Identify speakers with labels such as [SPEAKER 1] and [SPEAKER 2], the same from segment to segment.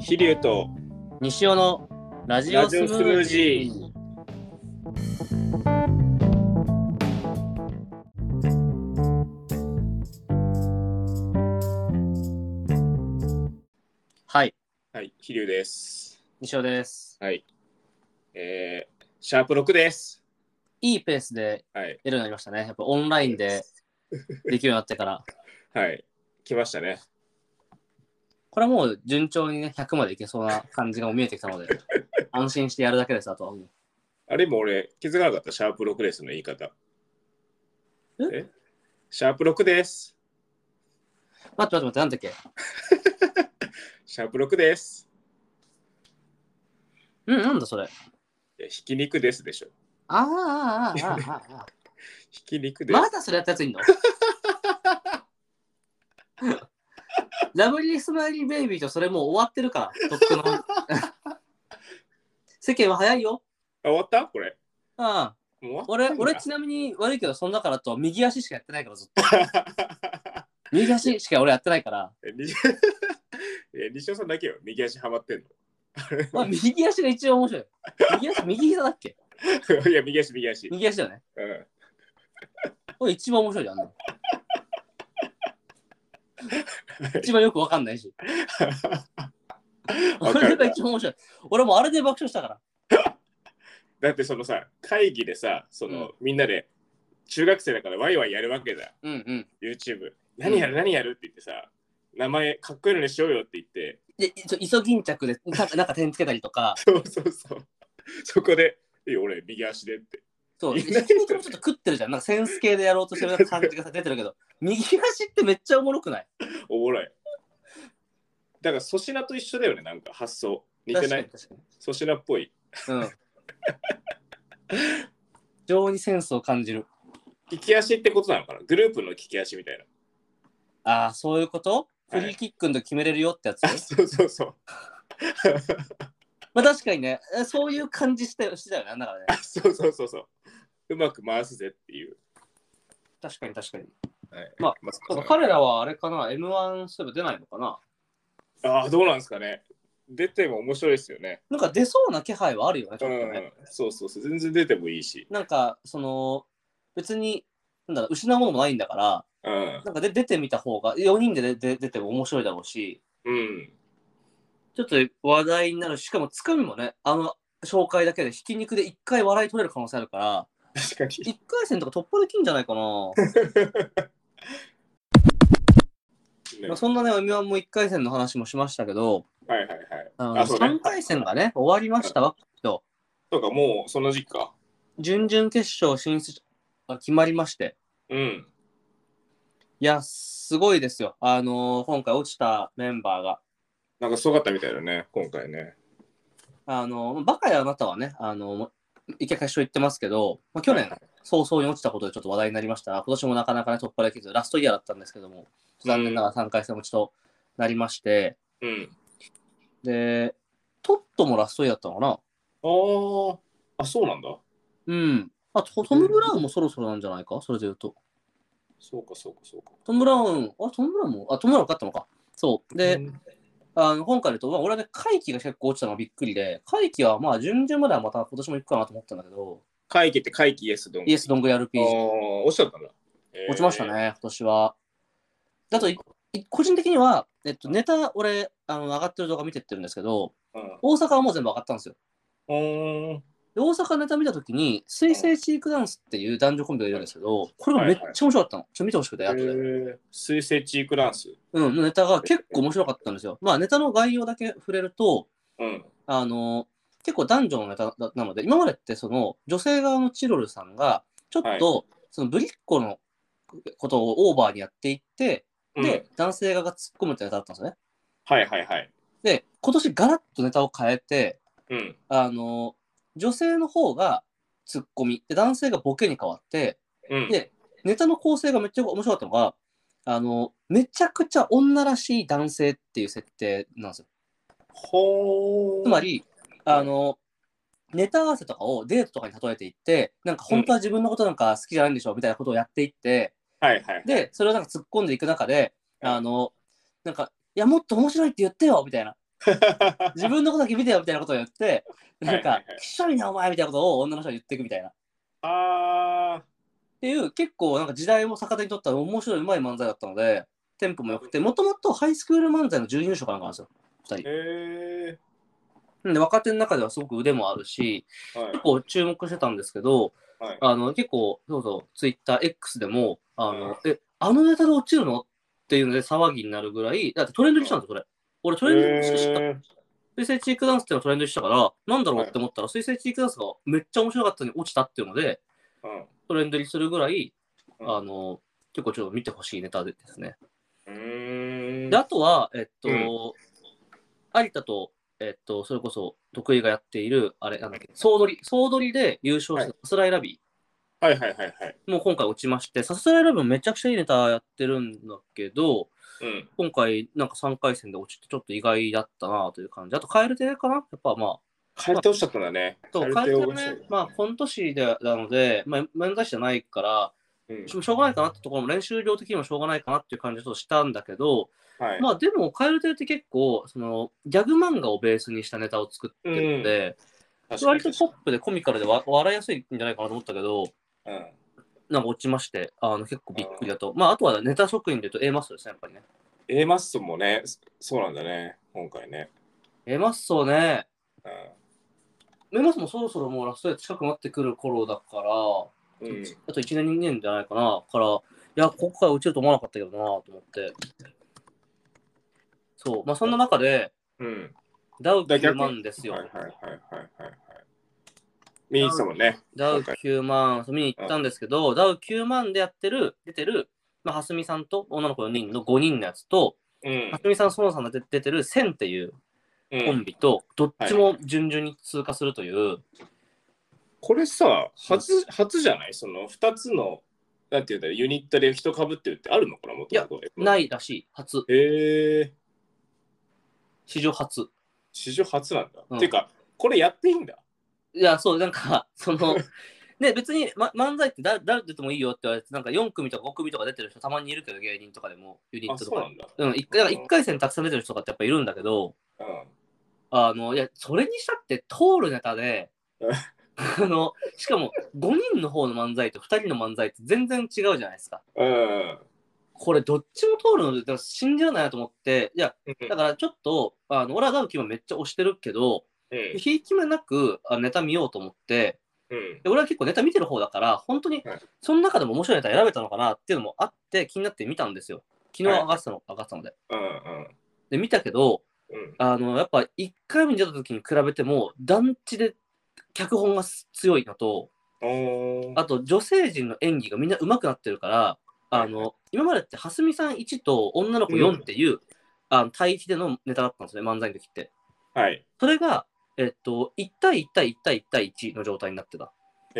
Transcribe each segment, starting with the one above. [SPEAKER 1] 飛龍と
[SPEAKER 2] 西尾のラジオスム
[SPEAKER 1] ラジオスム
[SPEAKER 2] ー
[SPEAKER 1] ー
[SPEAKER 2] ジ
[SPEAKER 1] ジ
[SPEAKER 2] ー
[SPEAKER 1] ー。
[SPEAKER 2] はい、
[SPEAKER 1] はい飛龍です
[SPEAKER 2] 西尾です。
[SPEAKER 1] はいえー、シャープ6です
[SPEAKER 2] いいペースで
[SPEAKER 1] はい
[SPEAKER 2] 得るようになりましたね。やっぱオンラインでできるようになってから。
[SPEAKER 1] はい来ましたね
[SPEAKER 2] これはもう順調にね、100までいけそうな感じが見えてきたので、安心してやるだけです、あとはもう。
[SPEAKER 1] あれも俺気づかなかったシャープ6ですの言い方
[SPEAKER 2] え
[SPEAKER 1] シャープ6です
[SPEAKER 2] 待って待って待って、なんだっけ
[SPEAKER 1] シャープ6です
[SPEAKER 2] うん、なんだそれ。
[SPEAKER 1] いやひき肉ですでしょ
[SPEAKER 2] あーあー、あーあー、あーあ
[SPEAKER 1] ひき肉
[SPEAKER 2] ー。
[SPEAKER 1] です、
[SPEAKER 2] まだそれやったやついんのラブリースマイリーベイビーとそれもう終わってるから、とっくの。世間は早いよ。
[SPEAKER 1] あ終わったこれ
[SPEAKER 2] ああ
[SPEAKER 1] もう終わっ
[SPEAKER 2] 俺
[SPEAKER 1] たんだ
[SPEAKER 2] 俺ちなみに悪いけど、そんだからと右足しかやってないからずっと。右足しか俺やってないから、
[SPEAKER 1] え西 え西尾さんだけよ右足ハマってん
[SPEAKER 2] まあ、右足が一番面白い。右足、右膝だっけ
[SPEAKER 1] の いや右足右足、
[SPEAKER 2] 右足だよね。
[SPEAKER 1] うん、
[SPEAKER 2] これ一番面白いじゃんあんなの。一番よくわかんないし。
[SPEAKER 1] わ
[SPEAKER 2] あ
[SPEAKER 1] か
[SPEAKER 2] れ
[SPEAKER 1] る
[SPEAKER 2] が一番面白い。俺もあれで爆笑したから。
[SPEAKER 1] だってそのさ会議でさその、
[SPEAKER 2] うん
[SPEAKER 1] みんなで中学生だからワイワイやるわけだ
[SPEAKER 2] うんうん。
[SPEAKER 1] YouTube 何やる何やるって言ってさ名前かっこいいのにしようよって言って
[SPEAKER 2] で、ちょ磯巾着でなんかなんか点つけたりと か、
[SPEAKER 1] そうそうそうそこで「いや俺右足で」って
[SPEAKER 2] そう、
[SPEAKER 1] いや
[SPEAKER 2] 磯巾着もちょっと食ってるじゃん。なんかセンス系でやろうとしてる感じがさ出てるけ ど、右足ってめっちゃおもろくない
[SPEAKER 1] おもろいだから粗品と一緒だよねなんか発想似て
[SPEAKER 2] 確か
[SPEAKER 1] な
[SPEAKER 2] に
[SPEAKER 1] い
[SPEAKER 2] 確かに。
[SPEAKER 1] 粗品っぽい
[SPEAKER 2] うん。非常にセンスを感じる。
[SPEAKER 1] 利き足ってことなのかなグループの利き足みたいな
[SPEAKER 2] ああ、そういうこと
[SPEAKER 1] は
[SPEAKER 2] フ
[SPEAKER 1] い
[SPEAKER 2] リーキックの時決めれるよ ってやつ。
[SPEAKER 1] あそうそうそう
[SPEAKER 2] まあ確かにね、えそういう感じしてしてたよね。だからね
[SPEAKER 1] あ。そうそうそうそううまく回すぜっていう、
[SPEAKER 2] 確かに確かに。
[SPEAKER 1] はい
[SPEAKER 2] まあ
[SPEAKER 1] ま
[SPEAKER 2] なんか彼らはあれかな、M1 すれば出ないのかな
[SPEAKER 1] ああどうなんですかね出ても面白いですよね
[SPEAKER 2] なんか出そうな気配はあるよね、ち
[SPEAKER 1] う
[SPEAKER 2] ょっとね。
[SPEAKER 1] んそうそうそう全然出てもいいし
[SPEAKER 2] なんか、その、別に、なんだろう、失うものもないんだから、
[SPEAKER 1] うん
[SPEAKER 2] なんかで出てみた方が、4人で出出出ても面白いだろうし、
[SPEAKER 1] うん
[SPEAKER 2] ちょっと話題になるし、しかもつかみもね、あの、紹介だけで、ひき肉で1回笑い取れる可能性あるから、
[SPEAKER 1] 確かに
[SPEAKER 2] 1回戦とか突破できんじゃないかな。
[SPEAKER 1] ね
[SPEAKER 2] まあそんなね、M1 も1回戦の話もしましたけど、
[SPEAKER 1] はいはいはい
[SPEAKER 2] あの
[SPEAKER 1] あそうね
[SPEAKER 2] 3回戦がね、終わりましたわ。
[SPEAKER 1] そうかもうその時期か
[SPEAKER 2] 準々決勝進出が決まりまして、
[SPEAKER 1] うん
[SPEAKER 2] いや、すごいですよ。あのー今回落ちたメンバーが。
[SPEAKER 1] なんかすごかったみたいだね今回ね
[SPEAKER 2] あのーバカやあなたはね、あのー一回決勝行ってますけど、まあ、去年
[SPEAKER 1] はい、
[SPEAKER 2] 早々に落ちたことでちょっと話題になりましたが、今年もなかなかね、突破できず、ラストイヤーだったんですけども、残念ながら3回戦落ちとなりまして、
[SPEAKER 1] うん
[SPEAKER 2] で、トットもラストイヤーだったのかな
[SPEAKER 1] あーあそうなんだ
[SPEAKER 2] うん。あと、トム・ブラウンもそろそろなんじゃないかそれで言うと。
[SPEAKER 1] そうかそうかそうか
[SPEAKER 2] トム・ブラウン、あ、トム・ブラウンも、あ、トム・ブラウン勝ったのか。そう。で、
[SPEAKER 1] うん
[SPEAKER 2] あの今回だと、まあ、俺はね、会期が結構落ちたのがびっくりで、会期はまあ、順々まではまた今年も行くかなと思ったんだけど、
[SPEAKER 1] 会議って会議イエスドン
[SPEAKER 2] イエス・ドングリ
[SPEAKER 1] あ
[SPEAKER 2] RPG、
[SPEAKER 1] ー落ちちゃったんだ、えー
[SPEAKER 2] 落ちましたね、今年は。だと、いい個人的には、えっと、ネタ、俺、あの上がってる動画見てってるんですけど、
[SPEAKER 1] うん
[SPEAKER 2] 大阪はもう全部上がったんですよ。
[SPEAKER 1] うーん
[SPEAKER 2] で大阪ネタ見たときに、水星チークダンスっていう男女コンビがいるんですけど、これがめっちゃ面白かったの。ちょっと見てほしくて、後で。
[SPEAKER 1] えー水星チークダンス
[SPEAKER 2] うん、のネタが結構面白かったんですよ。まあ、ネタの概要だけ触れると、
[SPEAKER 1] うん
[SPEAKER 2] あの結構男女のネタだなので今までってその女性側のチロルさんがちょっと、
[SPEAKER 1] はい
[SPEAKER 2] そのぶりっ子のことをオーバーにやっていってで、
[SPEAKER 1] うん、
[SPEAKER 2] 男性側が突っ込むってネタだったんですよね。
[SPEAKER 1] はいはいはい
[SPEAKER 2] で今年ガラッとネタを変えて
[SPEAKER 1] うん
[SPEAKER 2] あの女性の方が突っ込みで男性がボケに変わって
[SPEAKER 1] うん
[SPEAKER 2] でネタの構成がめっちゃ面白かったのがあのめちゃくちゃ女らしい男性っていう設定なんですよ。
[SPEAKER 1] ほー
[SPEAKER 2] つまり、あの、ネタ合わせとかをデートとかに例えていって、なんか本当は自分のことなんか好きじゃないんでしょみたいなことをやっていって、
[SPEAKER 1] はいはい
[SPEAKER 2] で、それをなんか突っ込んでいく中で、
[SPEAKER 1] うん
[SPEAKER 2] あの、なんか、いや、もっと面白いって言ってよみたいな自分のことだけ見てよみたいなことを言って、なん
[SPEAKER 1] はい
[SPEAKER 2] か
[SPEAKER 1] はいはい、
[SPEAKER 2] きしょいなお前みたいなことを女の人は言っていくみたいな。っ
[SPEAKER 1] あ
[SPEAKER 2] ていう、結構なんか時代を逆手にとった面白い、うまい漫才だったので、テンポも良くて、もともとハイスクール漫才の準優勝かなんかなんですよ、
[SPEAKER 1] ー
[SPEAKER 2] 2
[SPEAKER 1] へ
[SPEAKER 2] 人。で、若手の中ではすごく腕もあるし、
[SPEAKER 1] えはい
[SPEAKER 2] 結構注目してたんですけど、
[SPEAKER 1] はい
[SPEAKER 2] あの結構、そうそう、ツイッター X でも、あの、
[SPEAKER 1] うん
[SPEAKER 2] え、あのネタで落ちるのっていうので騒ぎになるぐらい、だってトレンドにしたんですよ、それ。俺トレンドにした。
[SPEAKER 1] へー
[SPEAKER 2] 水星チークダンスっていうのがトレンドにしたから、なんだろうって思ったら、水星チークダンスがめっちゃ面白かったのに落ちたっていうので、トレンドにするぐらい、
[SPEAKER 1] うん
[SPEAKER 2] あの、結構ちょっと見てほしいネタでですね。
[SPEAKER 1] うんうーん
[SPEAKER 2] で、あとは、えっと、
[SPEAKER 1] うん
[SPEAKER 2] 有田と、えっと、それこそ、得意がやっている、あれ、なんだっけ、総取り、総取りで優勝したさすらいラビー。
[SPEAKER 1] はいはいはいはい
[SPEAKER 2] もう今回落ちまして、さすらいライブもめちゃくちゃいいネタやってるんだけど、
[SPEAKER 1] うん
[SPEAKER 2] 今回なんか3回戦で落ちてちょっと意外だったなという感じ。あと、カエルテかなやっぱま
[SPEAKER 1] 帰ってほしかったんだね
[SPEAKER 2] あ、と
[SPEAKER 1] 帰
[SPEAKER 2] カエル
[SPEAKER 1] を
[SPEAKER 2] テもね、まあ、今年でなので、まあ、漫才師じゃないから、
[SPEAKER 1] うん
[SPEAKER 2] しょうがないかなってところも、練習量的にもしょうがないかなっていう感じとしたんだけど、
[SPEAKER 1] はい
[SPEAKER 2] まあ、でも、カエルテって結構、その、ギャグ漫画をベースにしたネタを作ってるので、
[SPEAKER 1] 確かに
[SPEAKER 2] 割とポップでコミカルでわ笑いやすいんじゃないかなと思ったけど、
[SPEAKER 1] うん
[SPEAKER 2] なんか落ちまして、あの結構びっくりだと。まあ、あとはネタ職員で言うと A マッソですね、やっぱりね。
[SPEAKER 1] A マッソもねそそうなんだね今回ね
[SPEAKER 2] A マッソね、
[SPEAKER 1] う
[SPEAKER 2] A マッソもそろそろもうラストで近くなってくる頃だから、
[SPEAKER 1] んうん
[SPEAKER 2] あと1年、2年じゃないかな。から、いや、ここから落ちると思わなかったけどなと思って。そう、まあそんな中で、
[SPEAKER 1] うん
[SPEAKER 2] ダウ
[SPEAKER 1] だから
[SPEAKER 2] 9
[SPEAKER 1] 逆
[SPEAKER 2] 万ですよ
[SPEAKER 1] はい。はいはいはいはいはい見に行ってたもんね
[SPEAKER 2] ダウ9万、見に行ったんですけど、ダウ9万でやってる、出てる、まあ、はすみさんと女の子4人の5人のやつと、
[SPEAKER 1] うん
[SPEAKER 2] はすみさん、園さんが出出てる、千っていう
[SPEAKER 1] うん
[SPEAKER 2] コンビと、どっちも順々に通過するという、
[SPEAKER 1] これさ初初じゃないその2つのなんていうんだろうユニットで人かぶってるってあるのかなもともと
[SPEAKER 2] ないいらしい、初、
[SPEAKER 1] へえ
[SPEAKER 2] 史上初。
[SPEAKER 1] 史上初なんだ、
[SPEAKER 2] うん
[SPEAKER 1] っていうかこれやっていいんだ
[SPEAKER 2] いや、そう、なんか、そ の、ね、別に、ま、漫才って誰誰出てもいいよって言われて、なんか4組とか5組とか出てる人たまにいるけど、芸人とかでも、ユニッ
[SPEAKER 1] あ
[SPEAKER 2] トと
[SPEAKER 1] そうな
[SPEAKER 2] か。
[SPEAKER 1] んだ
[SPEAKER 2] うん、一回だから一回戦たくさん出てる人とかってやっぱいるんだけど、あの、いや、それにしたって通るネ タで
[SPEAKER 1] うん、
[SPEAKER 2] あの、しかも5人の方の漫才と2人の漫才って全然違うじゃないですか。
[SPEAKER 1] うんうん
[SPEAKER 2] これどっちも通るので、だから信じられないなと思って、いや、だからちょっと、あの俺はダウキもめっちゃ推してるけど、
[SPEAKER 1] うん
[SPEAKER 2] ひいき目なくあネタ見ようと思って、
[SPEAKER 1] うん
[SPEAKER 2] で俺は結構ネタ見てる方だから、本当に
[SPEAKER 1] はい
[SPEAKER 2] その中でも面白いネタ選べたのかなっていうのもあって、気になって見たんですよ。昨日上がってたの、上がってたので。
[SPEAKER 1] うん
[SPEAKER 2] で、見たけど、
[SPEAKER 1] うん
[SPEAKER 2] あのやっぱ1回目に出た時に比べても、団地で脚本が強いのと、
[SPEAKER 1] おー
[SPEAKER 2] あと女性陣の演技がみんな上手くなってるから、あ
[SPEAKER 1] はい
[SPEAKER 2] の今までって、蓮見さん1と女の子4っていう、あの対比でのネタだったんですね、漫才の時って。
[SPEAKER 1] はい
[SPEAKER 2] それが、えっと、1対1対1対1対1の状態になってた。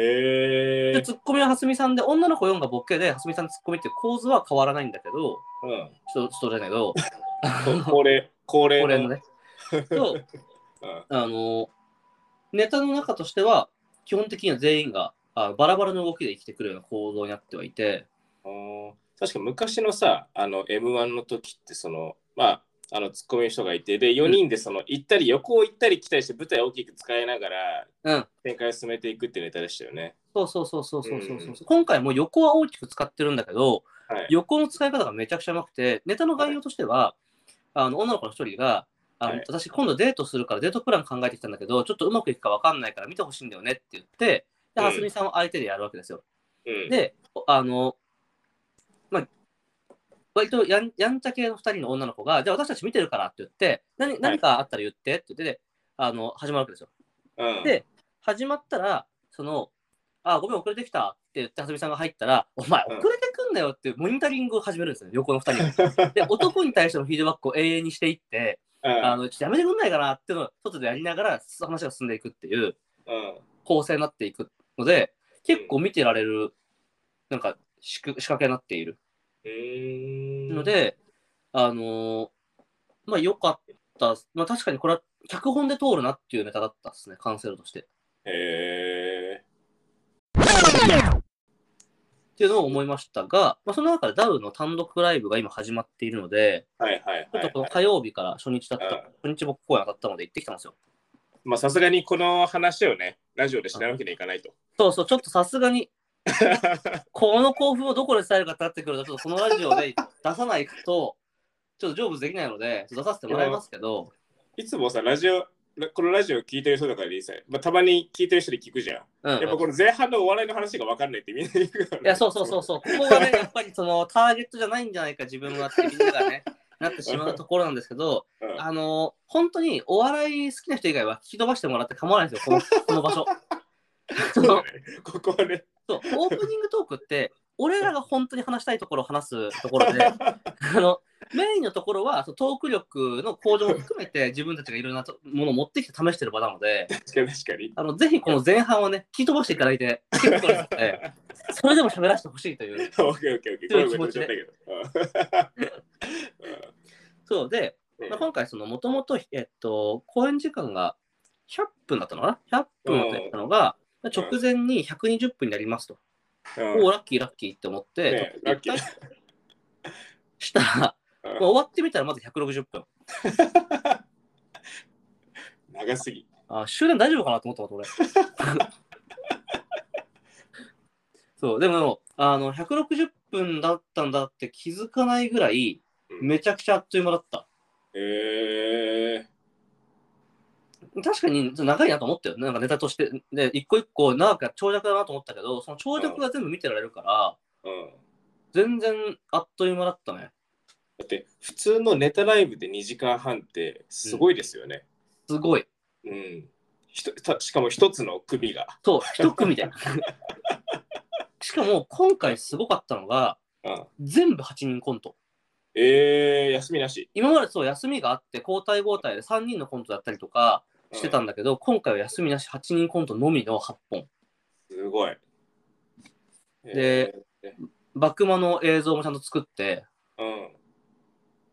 [SPEAKER 1] へ
[SPEAKER 2] で、
[SPEAKER 1] え
[SPEAKER 2] ツッコミは蓮見さんで、女の子4がボケで、蓮見さんツッコミっていう構図は変わらないんだけど、
[SPEAKER 1] うん
[SPEAKER 2] ちょっと、ちょっとじゃないけど、
[SPEAKER 1] そう恒例恒例
[SPEAKER 2] これのね。と、
[SPEAKER 1] うん
[SPEAKER 2] あの、ネタの中としては、基本的には全員があバラバラの動きで生きてくるような構造になってはいて、
[SPEAKER 1] あー確か昔のさ、あの M1 の時ってそのまああのツッコミの人がいてで4人でその行ったり横を行ったり来たりして舞台を大きく使いながら
[SPEAKER 2] うん。
[SPEAKER 1] 展開を進めていくってネタでしたよね。
[SPEAKER 2] そうそうそうそうそうそうそう、
[SPEAKER 1] うん
[SPEAKER 2] 今回も横は大きく使ってるんだけど、
[SPEAKER 1] はい。
[SPEAKER 2] 横の使い方がめちゃくちゃうまくて、ネタの概要としては、あの女の子の一人が、あの
[SPEAKER 1] はい
[SPEAKER 2] 私、今度デートするからデートプラン考えてきたんだけど、ちょっとうまくいくか分かんないから見てほしいんだよねって言って、で、
[SPEAKER 1] うん
[SPEAKER 2] 蓮見さんを相手でやるわけですよ。
[SPEAKER 1] うん、
[SPEAKER 2] で、あの、まあ、割とやんやんちゃ系の2人の女の子が、じゃあ私たち見てるからって言って、何何かあったら言ってって言って、であの始まるわけですよ。
[SPEAKER 1] うん、
[SPEAKER 2] で、始まったら、その、あ、ごめん、遅れてきたって言って、蓮見さんが入ったら、お前、
[SPEAKER 1] うん
[SPEAKER 2] 遅れてくんなよっていうモニタリングを始めるんですよ、横の二人 が。で、男に対してのフィードバックを永遠にしていって、
[SPEAKER 1] うん、
[SPEAKER 2] あの、ちょっとやめてくんないかなっていうのを、外でやりながら話が進んでいくっていう
[SPEAKER 1] うん、
[SPEAKER 2] 構成になっていくので、結構見てられる、なんか仕組、仕掛けになっている。
[SPEAKER 1] うーん
[SPEAKER 2] の、で、あのーまあ、良かった。まあ、確かにこれは、脚本で通るなっていうネタだったですね、完成度として。
[SPEAKER 1] へえ。
[SPEAKER 2] っていうのを思いましたが、まあ、その中でダウの単独ライブが今始まっているので、
[SPEAKER 1] はいはい
[SPEAKER 2] ちょ
[SPEAKER 1] は
[SPEAKER 2] っと
[SPEAKER 1] い
[SPEAKER 2] この
[SPEAKER 1] はい。
[SPEAKER 2] 火曜日から初日だった、
[SPEAKER 1] うん
[SPEAKER 2] 初日僕公演当たったので行ってきたんですよ。
[SPEAKER 1] まあさすがにこの話をね、ラジオでしないわけにはいかないと。
[SPEAKER 2] そうそう、ちょっとさすが に、この興奮をどこで伝えるかってなってくると、ちょっとこのラジオで出さないと、ちょっと成仏できないので、ちょっと出させてもらいますけど、
[SPEAKER 1] いつもさ、ラジオ、らこのラジオ聞いてる人だからいいさ、まあ、たまに聞いてる人に聞くじゃん。
[SPEAKER 2] うんうん、
[SPEAKER 1] やっぱこの前半のお笑いの話が分かんないってみんな言うから、ね。
[SPEAKER 2] いや、そうそうそうそう。ここ がね、やっぱりそのターゲットじゃないんじゃないか、自分はってみんながね、なってしまうところなんですけど、
[SPEAKER 1] うん。
[SPEAKER 2] あの、本当にお笑い好きな人以外は聞き飛ばしてもらって構わないんですよ、このこの場所。
[SPEAKER 1] そうだね。 ここはね。
[SPEAKER 2] そう、オープニングトークって、俺らが本当に話したいところを話すところ で、あの、メインのところはそのトーク力の向上も含めて自分たちがいろんなとものを持ってきて試してる場なので、
[SPEAKER 1] 確かに確かに。
[SPEAKER 2] あのぜひこの前半はね、聞き飛ばしていただいて、結構ですので、それでも喋らせてほしいという。
[SPEAKER 1] オッケーオッケーオッケー。
[SPEAKER 2] そういう
[SPEAKER 1] こ
[SPEAKER 2] 気
[SPEAKER 1] れも
[SPEAKER 2] 持
[SPEAKER 1] 言っ
[SPEAKER 2] ち
[SPEAKER 1] ちゃっ
[SPEAKER 2] で
[SPEAKER 1] たけど。
[SPEAKER 2] そうで、
[SPEAKER 1] うん
[SPEAKER 2] まあ、今回そのもともと、えっと、公演時間が100分だったのかな ?100 分だったのが、直前に120分になりますと。
[SPEAKER 1] うんうん
[SPEAKER 2] おお、ラッキーラッキーって思って、
[SPEAKER 1] ねえラッキー
[SPEAKER 2] したら、ま
[SPEAKER 1] う
[SPEAKER 2] あ
[SPEAKER 1] ん
[SPEAKER 2] 終わってみたらまず160分。
[SPEAKER 1] 長すぎ。
[SPEAKER 2] あ終電大丈夫かなと 思ったこと俺。そう、でも、あの、160分だったんだって気づかないぐらい、
[SPEAKER 1] うん
[SPEAKER 2] めちゃくちゃあっという間だった。
[SPEAKER 1] え
[SPEAKER 2] 確かに長いなと思ったよね。なんかネタとして、で、一個一個長く長尺だなと思ったけど、その長尺が全部見てられるから、
[SPEAKER 1] ー。うん。
[SPEAKER 2] 全然あっという間だったね。
[SPEAKER 1] だって普通のネタライブで2時間半ってすごいですよね。
[SPEAKER 2] すごい。
[SPEAKER 1] うん。ひとたしかも一つの組が。
[SPEAKER 2] そう、一 組で。しかも、今回すごかったのが、
[SPEAKER 1] うん。
[SPEAKER 2] 全部8人コント。
[SPEAKER 1] えー、休みなし。
[SPEAKER 2] 今までそう、休みがあって、交代交代で3人のコントだったりとかしてたんだけど、今回は休みなし8人コントのみの8本。
[SPEAKER 1] すごい。
[SPEAKER 2] でバクマの映像もちゃんと作って、
[SPEAKER 1] えー、うん。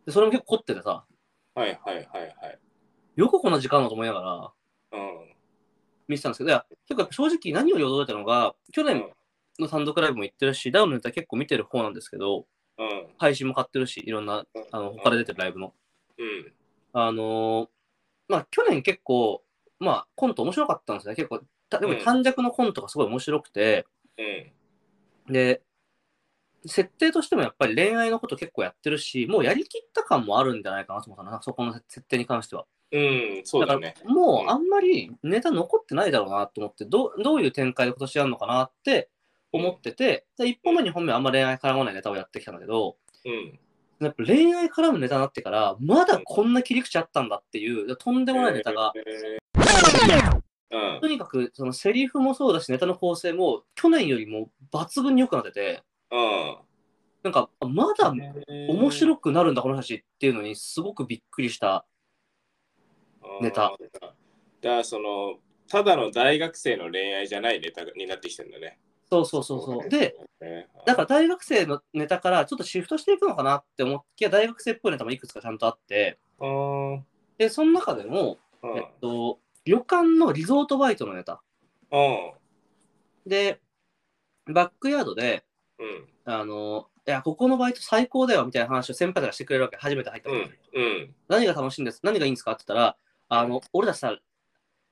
[SPEAKER 2] でそれも結構凝っててさ、
[SPEAKER 1] はいはいはいはい。
[SPEAKER 2] よくこんな時間だと思いながら、
[SPEAKER 1] うん。
[SPEAKER 2] 見てたんですけど、いや結構やっぱ正直何より驚いたのが、去年の単独ライブも行ってるし、ダウンのネタ結構見てる方なんですけど、
[SPEAKER 1] うん。
[SPEAKER 2] 配信も買ってるし、いろんな、あの、他で出てるライブの。
[SPEAKER 1] うん。
[SPEAKER 2] あのーまあ去年結構、まあコント面白かったんですね、結構。たでも
[SPEAKER 1] うん
[SPEAKER 2] 短尺のコントがすごい面白くて、
[SPEAKER 1] うん。
[SPEAKER 2] で、設定としてもやっぱり恋愛のこと結構やってるし、もうやりきった感もあるんじゃないかなと思ったな、そこの設定に関しては。
[SPEAKER 1] うん、そうだね。
[SPEAKER 2] からもうあんまりネタ残ってないだろうなと思って、どうどういう展開で今年やるのかなって思ってて、で1本目、2本目はあんま恋愛絡まないネタをやってきたんだけど、
[SPEAKER 1] うん。
[SPEAKER 2] やっぱ恋愛絡むネタになってから、まだこんな切り口あったんだっていう、とんでもないネタが、
[SPEAKER 1] えーうん
[SPEAKER 2] とにかくそのセリフもそうだし、ネタの構成も去年よりも抜群に良くなってて、なんかまだ
[SPEAKER 1] うん。
[SPEAKER 2] 面白くなるんだ、この話っていうのに、すごくびっくりした。ネタ
[SPEAKER 1] あー。だからその、ただの大学生の恋愛じゃないネタになってきてるんだね。
[SPEAKER 2] そうそうそうそう。で、
[SPEAKER 1] ね
[SPEAKER 2] だから大学生のネタからちょっとシフトしていくのかなって思っきゃ大学生っぽいネタもいくつかちゃんとあって
[SPEAKER 1] うんうん
[SPEAKER 2] でその中でも、えっと、旅館のリゾートバイトのネタでバックヤードで
[SPEAKER 1] うん
[SPEAKER 2] あのいやここのバイト最高だよみたいな話を先輩たちがしてくれるわけ初めて入った
[SPEAKER 1] う
[SPEAKER 2] 時、
[SPEAKER 1] んうん
[SPEAKER 2] 何が楽しいんです何がいいんですかって言ったらあの俺たちさ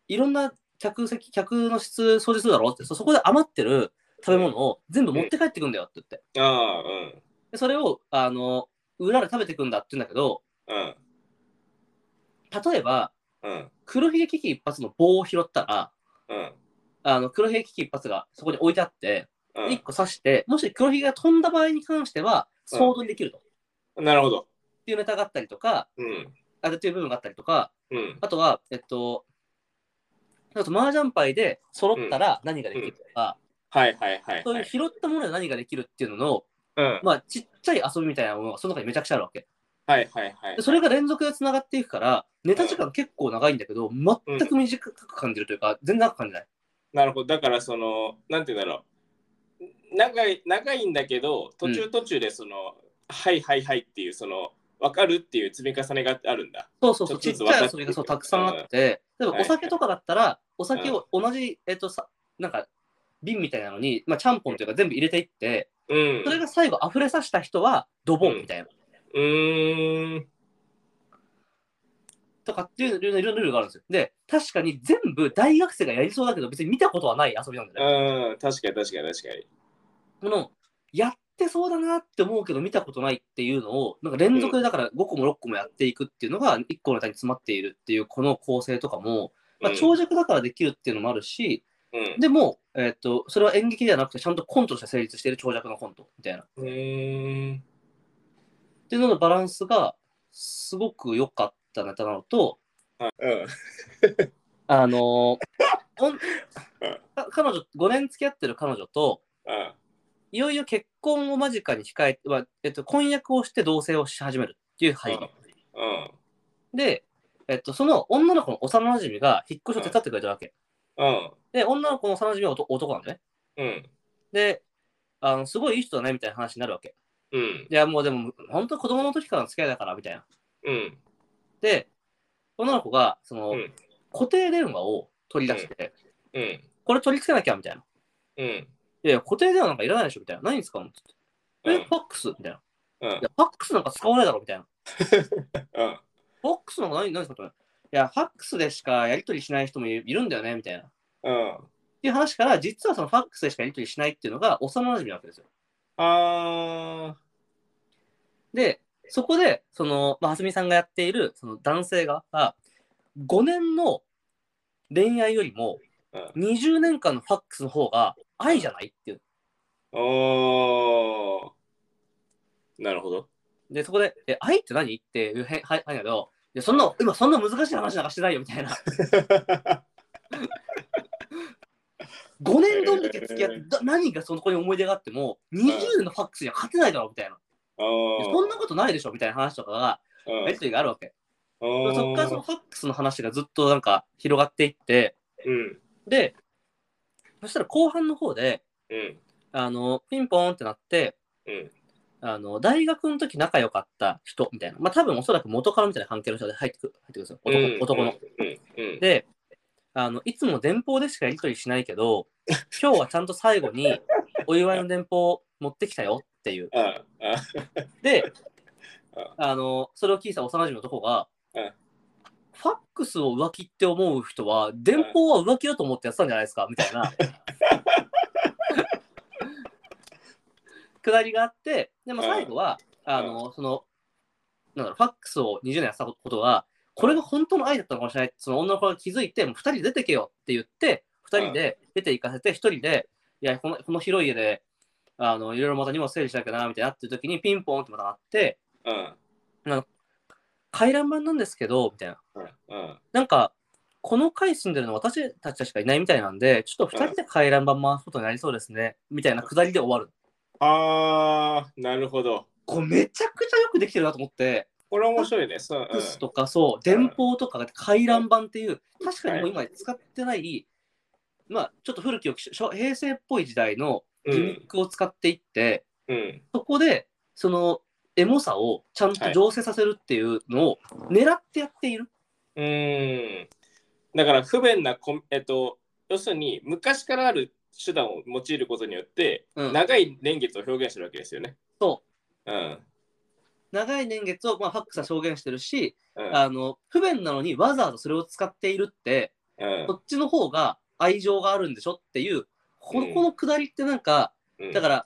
[SPEAKER 2] いろんな客席客の質掃除するだろってそそこで余ってる食べ物を全部持って帰ってくんだよって言って
[SPEAKER 1] ああうん
[SPEAKER 2] でそれをあの裏で食べてくんだって言うんだけど
[SPEAKER 1] うん
[SPEAKER 2] 例えば
[SPEAKER 1] うん
[SPEAKER 2] 黒ひげ危機一発の棒を拾ったら
[SPEAKER 1] うん
[SPEAKER 2] あの黒ひげ危機一発がそこに置いてあって、
[SPEAKER 1] う
[SPEAKER 2] 一1個刺してもし黒ひげが飛んだ場合に関しては
[SPEAKER 1] うん
[SPEAKER 2] 総取りできると、っ
[SPEAKER 1] んなるほど
[SPEAKER 2] ていうネタがあったりとか
[SPEAKER 1] うん
[SPEAKER 2] あっていう部分があったりとか
[SPEAKER 1] うん
[SPEAKER 2] あとはえっとあと麻雀牌で揃ったら何ができるとか、
[SPEAKER 1] はいはいはい
[SPEAKER 2] そう
[SPEAKER 1] は
[SPEAKER 2] いう
[SPEAKER 1] い
[SPEAKER 2] 拾ったもので何ができるっていうのの、
[SPEAKER 1] うん
[SPEAKER 2] まあ、ちっちゃい遊びみたいなものがその中にめちゃくちゃあるわけ
[SPEAKER 1] はいはいはい
[SPEAKER 2] でそれが連続でつながっていくからネタ時間結構長いんだけど全く短く感じるというか、全然長く感じない
[SPEAKER 1] なるほどだからそのなんて言うんだろう長い長いんだけど途中途中でその、はいはいはいっていうその分かるっていう積み重ねがあるんだ
[SPEAKER 2] そうそうそう、ち
[SPEAKER 1] ち
[SPEAKER 2] っ
[SPEAKER 1] ょっとず
[SPEAKER 2] ち
[SPEAKER 1] つ
[SPEAKER 2] ゃい遊びがそうたくさんあって、例えばお酒とかだったら、お酒を同じ、えっとさ、なんか瓶みたいなのに、まあ、ちゃんぽんというか全部入れていって、
[SPEAKER 1] うん
[SPEAKER 2] それが最後溢れさせた人はドボンみたいな、
[SPEAKER 1] うーん
[SPEAKER 2] とかっていうルールいろんなルールがあるんですよ。で、確かに全部大学生がやりそうだけど、別に見たことはない遊びなんだよね。
[SPEAKER 1] うん確かに確かに確かに
[SPEAKER 2] この、やってそうだなって思うけど見たことないっていうのを、なんか連続でだから5個も6個もやっていくっていうのが1個の単に詰まっているっていうこの構成とかも、まあ、
[SPEAKER 1] うん
[SPEAKER 2] 長尺だからできるっていうのもあるし、
[SPEAKER 1] うん
[SPEAKER 2] でも、えっと、それは演劇ではなくて、ちゃんとコントとして成立している長尺のコントみたいな。
[SPEAKER 1] うーん
[SPEAKER 2] っていうののバランスがすごく良かったネタなのと、
[SPEAKER 1] うん
[SPEAKER 2] あのーほんか彼女、5年付き合ってる彼女と、
[SPEAKER 1] あ
[SPEAKER 2] いよいよ結婚を間近に控えて、まあえっと、婚約をして同棲をし始めるっていう背景。
[SPEAKER 1] うん
[SPEAKER 2] で、えっと、その女の子の幼馴染が引っ越しを手伝ってくれたわけ。
[SPEAKER 1] うん
[SPEAKER 2] で、女の子の幼馴染は男男なんだね。
[SPEAKER 1] うん
[SPEAKER 2] で、あのすごいいい人だねみたいな話になるわけ。
[SPEAKER 1] うん
[SPEAKER 2] いや、もうでも、本当子供の時からの付き合いだからみたいな。
[SPEAKER 1] うん
[SPEAKER 2] で、女の子が、その、
[SPEAKER 1] うん
[SPEAKER 2] 固定電話を取り出して、
[SPEAKER 1] うん
[SPEAKER 2] これ取り付けなきゃみたいな。
[SPEAKER 1] うん
[SPEAKER 2] いやいや、固定電話なんかいらないでしょみたいな。何に使うのって言って。え、ファックスみたいな。
[SPEAKER 1] うん
[SPEAKER 2] いや、ファックスなんか使わないだろみたいな。
[SPEAKER 1] うん
[SPEAKER 2] ファックスの方が何何ですかといや、ファックスでしかやり取りしない人もいるんだよね、みたいな。っ
[SPEAKER 1] うん
[SPEAKER 2] ていう話から、実はそのファックスでしかやり取りしないっていうのが幼馴染なわけですよ。
[SPEAKER 1] あ
[SPEAKER 2] で、そこで、その、まあ、はすみさんがやっている、その男性が、5年の恋愛よりも、
[SPEAKER 1] ー
[SPEAKER 2] 20年間のファックスの方が愛じゃないっていう。
[SPEAKER 1] うんおーなるほど
[SPEAKER 2] で、そこで、え、愛って何っていうへん、はい、はい、だけど、いや、そんな、今そんな難しい話なんかしてないよ、みたいな。5年 どんだけ付き合って、だ何がそこに思い出があっても、20年のファックスには勝てないだろ、みたいな。
[SPEAKER 1] あ
[SPEAKER 2] い
[SPEAKER 1] ー
[SPEAKER 2] やそんなことないでしょみたいな話とかが、
[SPEAKER 1] うん
[SPEAKER 2] やりとりがあるわけ。
[SPEAKER 1] あー
[SPEAKER 2] そっからそのファックスの話がずっとなんか広がっていって、
[SPEAKER 1] うん
[SPEAKER 2] で、そしたら後半の方で、
[SPEAKER 1] うん
[SPEAKER 2] あの、ピンポーンってなって、
[SPEAKER 1] うん
[SPEAKER 2] あの、大学の時仲良かった人みたいな。まあ多分おそらく元からみたいな関係の人で入ってくる、入ってくるんですよ。男,、男の。
[SPEAKER 1] うんうん
[SPEAKER 2] で、あの、いつも電報でしかやりとりしない けど、今日はちゃんと最後にお祝いの電報を持ってきたよっていう。
[SPEAKER 1] ああ
[SPEAKER 2] で
[SPEAKER 1] うん、
[SPEAKER 2] あの、それを聞いた幼馴染の男が、
[SPEAKER 1] うん
[SPEAKER 2] ファックスを浮気って思う人は、電報は浮気だと思ってやってたんじゃないですかみ たいな。くだりがあって、でも
[SPEAKER 1] うん
[SPEAKER 2] 最後は、あの、その、なんだろう、ファックスを20年やってたことは、これが本当の愛だったのかもしれない。その女の子が気づいて、もう2人で出てけよって言って、2人で出て行かせて、1人で、いや、このこの広い家で、あの、いろいろまた荷物整理しなきゃな、みたいになってる時に、ピンポンってまたなって、
[SPEAKER 1] うん
[SPEAKER 2] 回覧板なんですけど、みたいな。
[SPEAKER 1] うん
[SPEAKER 2] なんか、この階住んでるの私たちしかいないみたいなんで、ちょっと2人で回覧板回すことになりそうですね、みたいなくだりで終わる。
[SPEAKER 1] あーなるほど
[SPEAKER 2] これめちゃくちゃよくできてるなと思って、
[SPEAKER 1] これ面白いねそう
[SPEAKER 2] ファックスとかそう、電報とかが回覧板っていう、確かにもう今使ってない、まあちょっと古き良きしょ平成っぽい時代の
[SPEAKER 1] うん
[SPEAKER 2] ギミックを使っていって、
[SPEAKER 1] うん
[SPEAKER 2] そこでそのエモさをちゃんと醸成させるっていうのを狙ってやっている。
[SPEAKER 1] うーんだから不便なコミ、えっと、要するに昔からある手段を用いることによって、
[SPEAKER 2] うん
[SPEAKER 1] 長い年月を表現してるわけですよね。
[SPEAKER 2] そう
[SPEAKER 1] うん。
[SPEAKER 2] 長い年月を、まあ、ファックスは証言してるし、
[SPEAKER 1] うん。
[SPEAKER 2] あの不便なのにわざわざそれを使っているって
[SPEAKER 1] うん
[SPEAKER 2] こっちの方が愛情があるんでしょっていうこ
[SPEAKER 1] うん
[SPEAKER 2] この下りってなんか、
[SPEAKER 1] うん
[SPEAKER 2] だから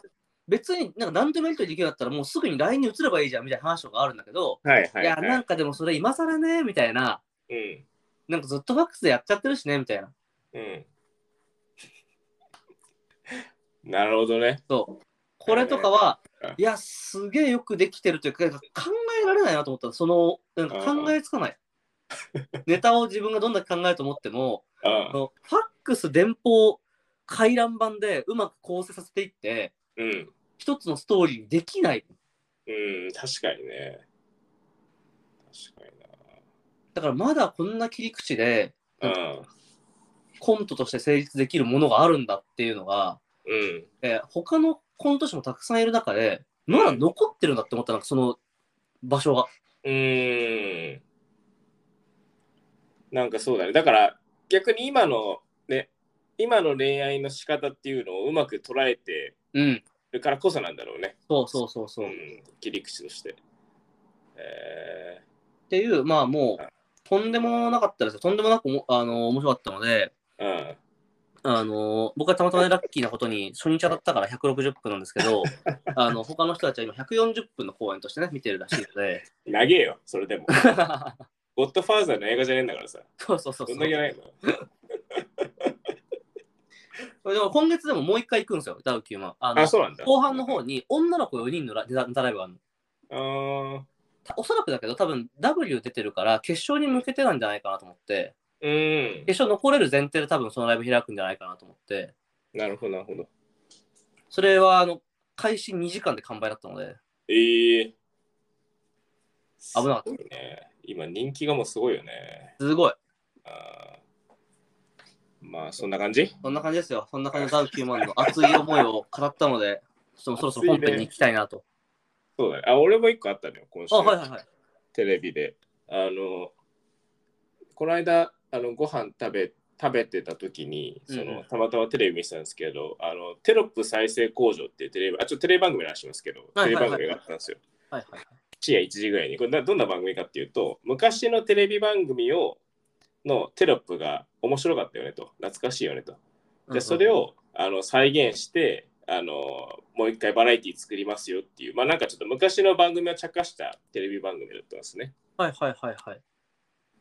[SPEAKER 2] 別になんか何でもやり取りできるんだったらもうすぐに LINE に移ればいいじゃんみたいな話とかあるんだけど、
[SPEAKER 1] はいはいい、は
[SPEAKER 2] やなん
[SPEAKER 1] い。
[SPEAKER 2] かでもそれ今更ねみたいな
[SPEAKER 1] うん。
[SPEAKER 2] なんかずっとファックスでやっちゃってるしねみたいな
[SPEAKER 1] うん。 なるほどね。
[SPEAKER 2] そうこれとかは、
[SPEAKER 1] うん
[SPEAKER 2] いやすげえよくできてるというかなんか考えられないなと思ったのそのなんか考えつかない、ネタを自分がどんだけ考えると思っても
[SPEAKER 1] う
[SPEAKER 2] あ
[SPEAKER 1] ん。
[SPEAKER 2] のファックス電報回覧板でうまく構成させていって
[SPEAKER 1] うん。
[SPEAKER 2] 一つのストーリーにできない
[SPEAKER 1] うん。確かにね。確か
[SPEAKER 2] だからまだこんな切り口で
[SPEAKER 1] にな。うん。
[SPEAKER 2] コントとして成立できるものがあるんだっていうのが、
[SPEAKER 1] うん。
[SPEAKER 2] えー他のコント師もたくさんいる中でまだ残ってるんだって思ったなんかその場所が
[SPEAKER 1] うーん。なんかそうだね。だから逆に今のね、今の恋愛の仕方っていうのをうまく捉えて
[SPEAKER 2] うん
[SPEAKER 1] るからこそなんだろうね。
[SPEAKER 2] そうそうそうそうう。っ
[SPEAKER 1] ん、切り口として。え
[SPEAKER 2] ていう、まあもう、とんでもなかったですよ。とんでもなくも、あの、面白かったので、
[SPEAKER 1] ー、
[SPEAKER 2] あの、僕はたまたまねラッキーなことに、初日当たったから160分なんですけ ど、あの、他の人たちは今140分の公演としてね、見てるらしいので、
[SPEAKER 1] うん。長えよ、それでも。 ゴッドファーザーの映画じゃねえんだからさ。
[SPEAKER 2] そうそうそう
[SPEAKER 1] ど
[SPEAKER 2] そうん
[SPEAKER 1] だけないの
[SPEAKER 2] でも今月でももう一回行くんですよ、ダウ9万。あの
[SPEAKER 1] あ、そうなんだ。
[SPEAKER 2] 後半の方に女の子4人のラネタネタライブがあるの。
[SPEAKER 1] あー
[SPEAKER 2] たおそらくだけど、多分 W 出てるから、決勝に向けてなんじゃないかなと思って、
[SPEAKER 1] うん。
[SPEAKER 2] 決勝残れる前提で多分そのライブ開くんじゃないかなと思って、
[SPEAKER 1] なるほど、なるほど。
[SPEAKER 2] それはあの開始2時間で完売だったので、
[SPEAKER 1] ええ
[SPEAKER 2] 危なかった
[SPEAKER 1] すごいね。今人気がもうすごいよね。
[SPEAKER 2] すごい。
[SPEAKER 1] あーまあそんな感じ
[SPEAKER 2] そんな感じですよ。そんな感じでダウ9万の熱い思いを語ったので、ちょっとそろそろ本編に行きたいなと。
[SPEAKER 1] そうだね。あ、俺も一個あったのよ、今週。
[SPEAKER 2] あ、はいはいはい。
[SPEAKER 1] テレビで。あの、この間、あのご飯食べ食べてた時にそ
[SPEAKER 2] うんう
[SPEAKER 1] の
[SPEAKER 2] ん
[SPEAKER 1] たまたまテレビ見てたんですけど、あのテロップ再生工場っていうテレビあちょっとテレビ番組の話しますけど、
[SPEAKER 2] はいはい
[SPEAKER 1] テレビ
[SPEAKER 2] はい
[SPEAKER 1] 番組があったんですよ
[SPEAKER 2] はいはい
[SPEAKER 1] 深夜1時ぐらいにこれなどんな番組かっていうと昔のテレビ番組をのテロップが面白かったよねと懐かしいよねと
[SPEAKER 2] うんう
[SPEAKER 1] で
[SPEAKER 2] ん。
[SPEAKER 1] それをあの再現してあのもう一回バラエティ作りますよっていうまあなんかちょっと昔の番組を茶化したテレビ番組だったんですね
[SPEAKER 2] はいはいはいはい。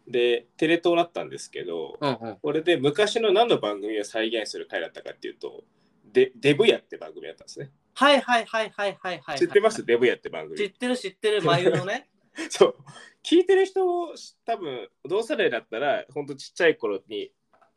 [SPEAKER 1] でテレ東だったんですけど
[SPEAKER 2] うんうん。
[SPEAKER 1] これで昔の何の番組を再現する回だったかっていうとでデブヤって番組だったんですね
[SPEAKER 2] はいはいはいはいはいはい。
[SPEAKER 1] 知ってますデブヤって番組
[SPEAKER 2] 知ってる知ってる、眉 のね。
[SPEAKER 1] そう聞いてる人も多分同世代だったら本当ちっちゃい頃に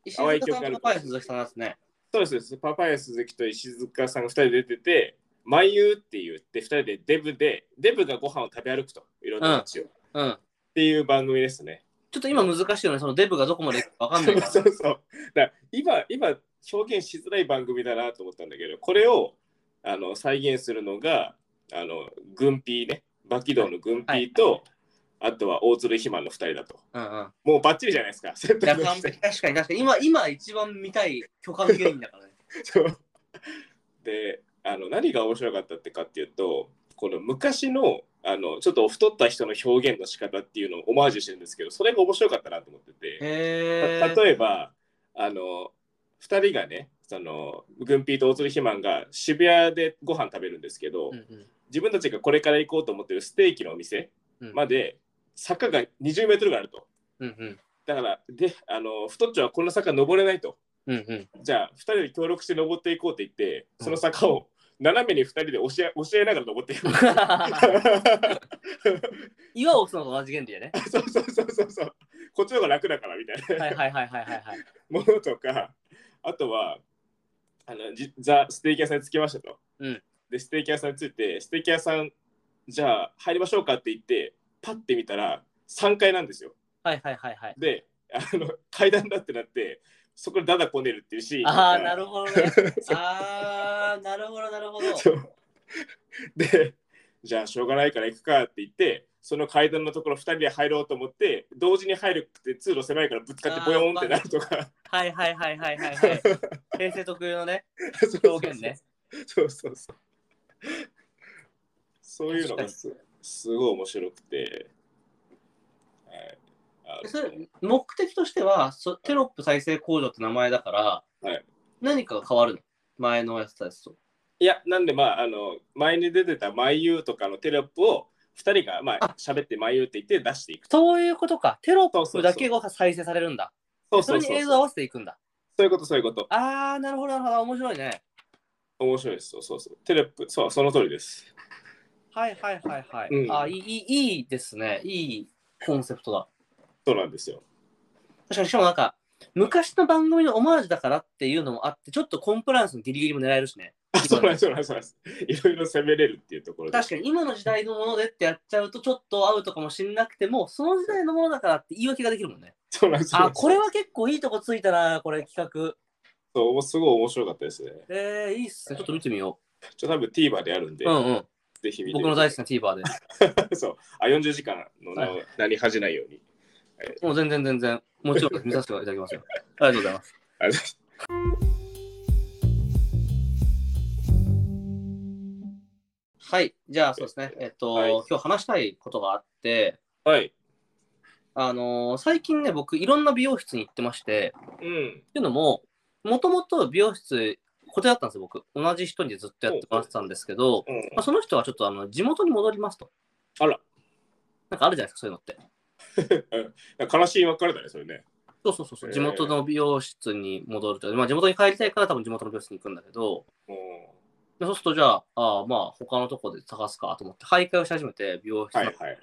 [SPEAKER 2] 石塚さんとパイ鈴木さんですね。
[SPEAKER 1] そうですそうですパパや鈴木と石塚さんが2人で出てて「まゆ」って言って2人でデブでデブがご飯を食べ歩くといろんな街を、っ
[SPEAKER 2] うん。
[SPEAKER 1] ていう番組ですね。
[SPEAKER 2] ちょっと今難しいよね。そのデブがどこまで行くかわかんな
[SPEAKER 1] そ
[SPEAKER 2] いうか
[SPEAKER 1] そう
[SPEAKER 2] ら。
[SPEAKER 1] そうだから今今表現しづらい番組だなと思ったんだけどこれをあの再現するのがあの軍ピーねバキドウの軍ピーと、あとは大鶴肥満の2人だと
[SPEAKER 2] うんうん。
[SPEAKER 1] もうバッチリじゃないですか説
[SPEAKER 2] いや、
[SPEAKER 1] 得力
[SPEAKER 2] 完璧確かに確かに。今、今一番見たい巨漢芸人だからね。
[SPEAKER 1] そうであの何が面白かったってかっていうとこの昔のあのちょっと太った人の表現の仕方っていうのをオマージュしてるんですけどそれが面白かったなと思ってて
[SPEAKER 2] へ
[SPEAKER 1] た例えばあの2人がねその軍ピーと大鶴肥満が渋谷でご飯食べるんですけど、
[SPEAKER 2] うんうん
[SPEAKER 1] 自分たちがこれから行こうと思ってるステーキのお店
[SPEAKER 2] うん
[SPEAKER 1] まで坂が20メートルがあると
[SPEAKER 2] うんうん
[SPEAKER 1] だからであの太っちょはこの坂登れないと
[SPEAKER 2] うんうん
[SPEAKER 1] じゃあ2人で協力して登っていこうって言ってその坂を斜めに2人で教え教えながら登っ ていく
[SPEAKER 2] 岩を押すのと同じ原理でね。
[SPEAKER 1] そうそうそうそうそうこっちの方が楽だからみたいな
[SPEAKER 2] はいはいはいはいはいはい。
[SPEAKER 1] ものとかあとはあのじザ・ステーキ屋さんに着きましたと、
[SPEAKER 2] うん
[SPEAKER 1] でステーキ屋さんに着いてステーキ屋さんじゃあ入りましょうかって言ってパッて見たら3階なんですよ
[SPEAKER 2] はいはいはいはい。
[SPEAKER 1] であの階段だってなってそこでダダこねるっていうシーンとか
[SPEAKER 2] ああ、なるほどね。ああ、なるほどなるほど。
[SPEAKER 1] そうでじゃあしょうがないから行くかって言ってその階段のところ2人で入ろうと思って同時に入るって通路狭いからぶつかってボヨーンってなるとか
[SPEAKER 2] はいはいはいはいはいはい。平成特有のね。
[SPEAKER 1] そう
[SPEAKER 2] 表現ね
[SPEAKER 1] そうそうそうそういうのがすすごい面白くて、はい、
[SPEAKER 2] それ目的としてはそテロップ再生工場って名前だから、
[SPEAKER 1] はい
[SPEAKER 2] 何かが変わるの前のやつですと。
[SPEAKER 1] いやなんでまああの前に出てた「マイユー」とかのテロップを2人がまあ喋って「マイユー」って言って出していく
[SPEAKER 2] そういうことか。テロ
[SPEAKER 1] そ
[SPEAKER 2] ッ
[SPEAKER 1] うそうそ
[SPEAKER 2] プ
[SPEAKER 1] う
[SPEAKER 2] だけが再生されるんだ。
[SPEAKER 1] そう
[SPEAKER 2] そ
[SPEAKER 1] そう
[SPEAKER 2] れ
[SPEAKER 1] そう
[SPEAKER 2] に映像
[SPEAKER 1] そ
[SPEAKER 2] 合
[SPEAKER 1] う
[SPEAKER 2] わせていくんだ。
[SPEAKER 1] そういうことそういうこと
[SPEAKER 2] ああ、なるほど、なるほど。面白いね。
[SPEAKER 1] 面白いです。そうそうそう。テレップ、そう、その通りです。
[SPEAKER 2] はいはいはいはい。
[SPEAKER 1] うん
[SPEAKER 2] あーいいいいいいですね。いいコンセプトだ。
[SPEAKER 1] そうなんですよ。
[SPEAKER 2] 確かに、しかもなんか、昔の番組のオマージュだからっていうのもあって、ちょっとコンプライアンスのギリギリも狙えるしね。
[SPEAKER 1] あそうなんです、そうなんですそうなんです。いろいろ攻めれるっていうところで。
[SPEAKER 2] 確かに今の時代のものでってやっちゃうと、ちょっとアウトかもしれなくても、その時代のものだからって言い訳ができるもんね。
[SPEAKER 1] そうなんです。そうなん
[SPEAKER 2] あ、
[SPEAKER 1] です
[SPEAKER 2] これは結構いいとこついたな、これ企画。
[SPEAKER 1] そう、すごい面白かったですね。
[SPEAKER 2] えー、いいっすね。ちょっと見てみよ
[SPEAKER 1] ちょっと多分 TVer であるんで、
[SPEAKER 2] う。うんうん。
[SPEAKER 1] ぜひ見て
[SPEAKER 2] 僕の大好
[SPEAKER 1] 好
[SPEAKER 2] きな TVer で。
[SPEAKER 1] き。 そう。あ、40時間のな、
[SPEAKER 2] は
[SPEAKER 1] なり恥じないように。
[SPEAKER 2] もう全然全然、もちろん見させていただきますよ。ありがとうございます。
[SPEAKER 1] ありがとうございます
[SPEAKER 2] はい。じゃあ、そうですね。えっと、
[SPEAKER 1] はい
[SPEAKER 2] 今日話したいことがあって、
[SPEAKER 1] はい。
[SPEAKER 2] あのー最近ね、僕、いろんな美容室に行ってまして、
[SPEAKER 1] うん。
[SPEAKER 2] っていうのも、もともと美容室、固定だったんですよ、僕。同じ人にずっとやってもらってたんですけど、
[SPEAKER 1] うん
[SPEAKER 2] まあ、その人はちょっとあの地元に戻りますと。
[SPEAKER 1] あら。
[SPEAKER 2] なんかあるじゃないですか、そういうのって。
[SPEAKER 1] 悲しい別れだね、それね。
[SPEAKER 2] そうそうそうそう、
[SPEAKER 1] へー
[SPEAKER 2] 地元の美容室に戻ると。まあ、地元に帰りたいから、多分地元の美容室に行くんだけど、
[SPEAKER 1] うん
[SPEAKER 2] でそうすると、じゃあ、ああまあ、他のとこで探すかと思って、徘徊をし始めて、美容室の、
[SPEAKER 1] はいはいはいはい。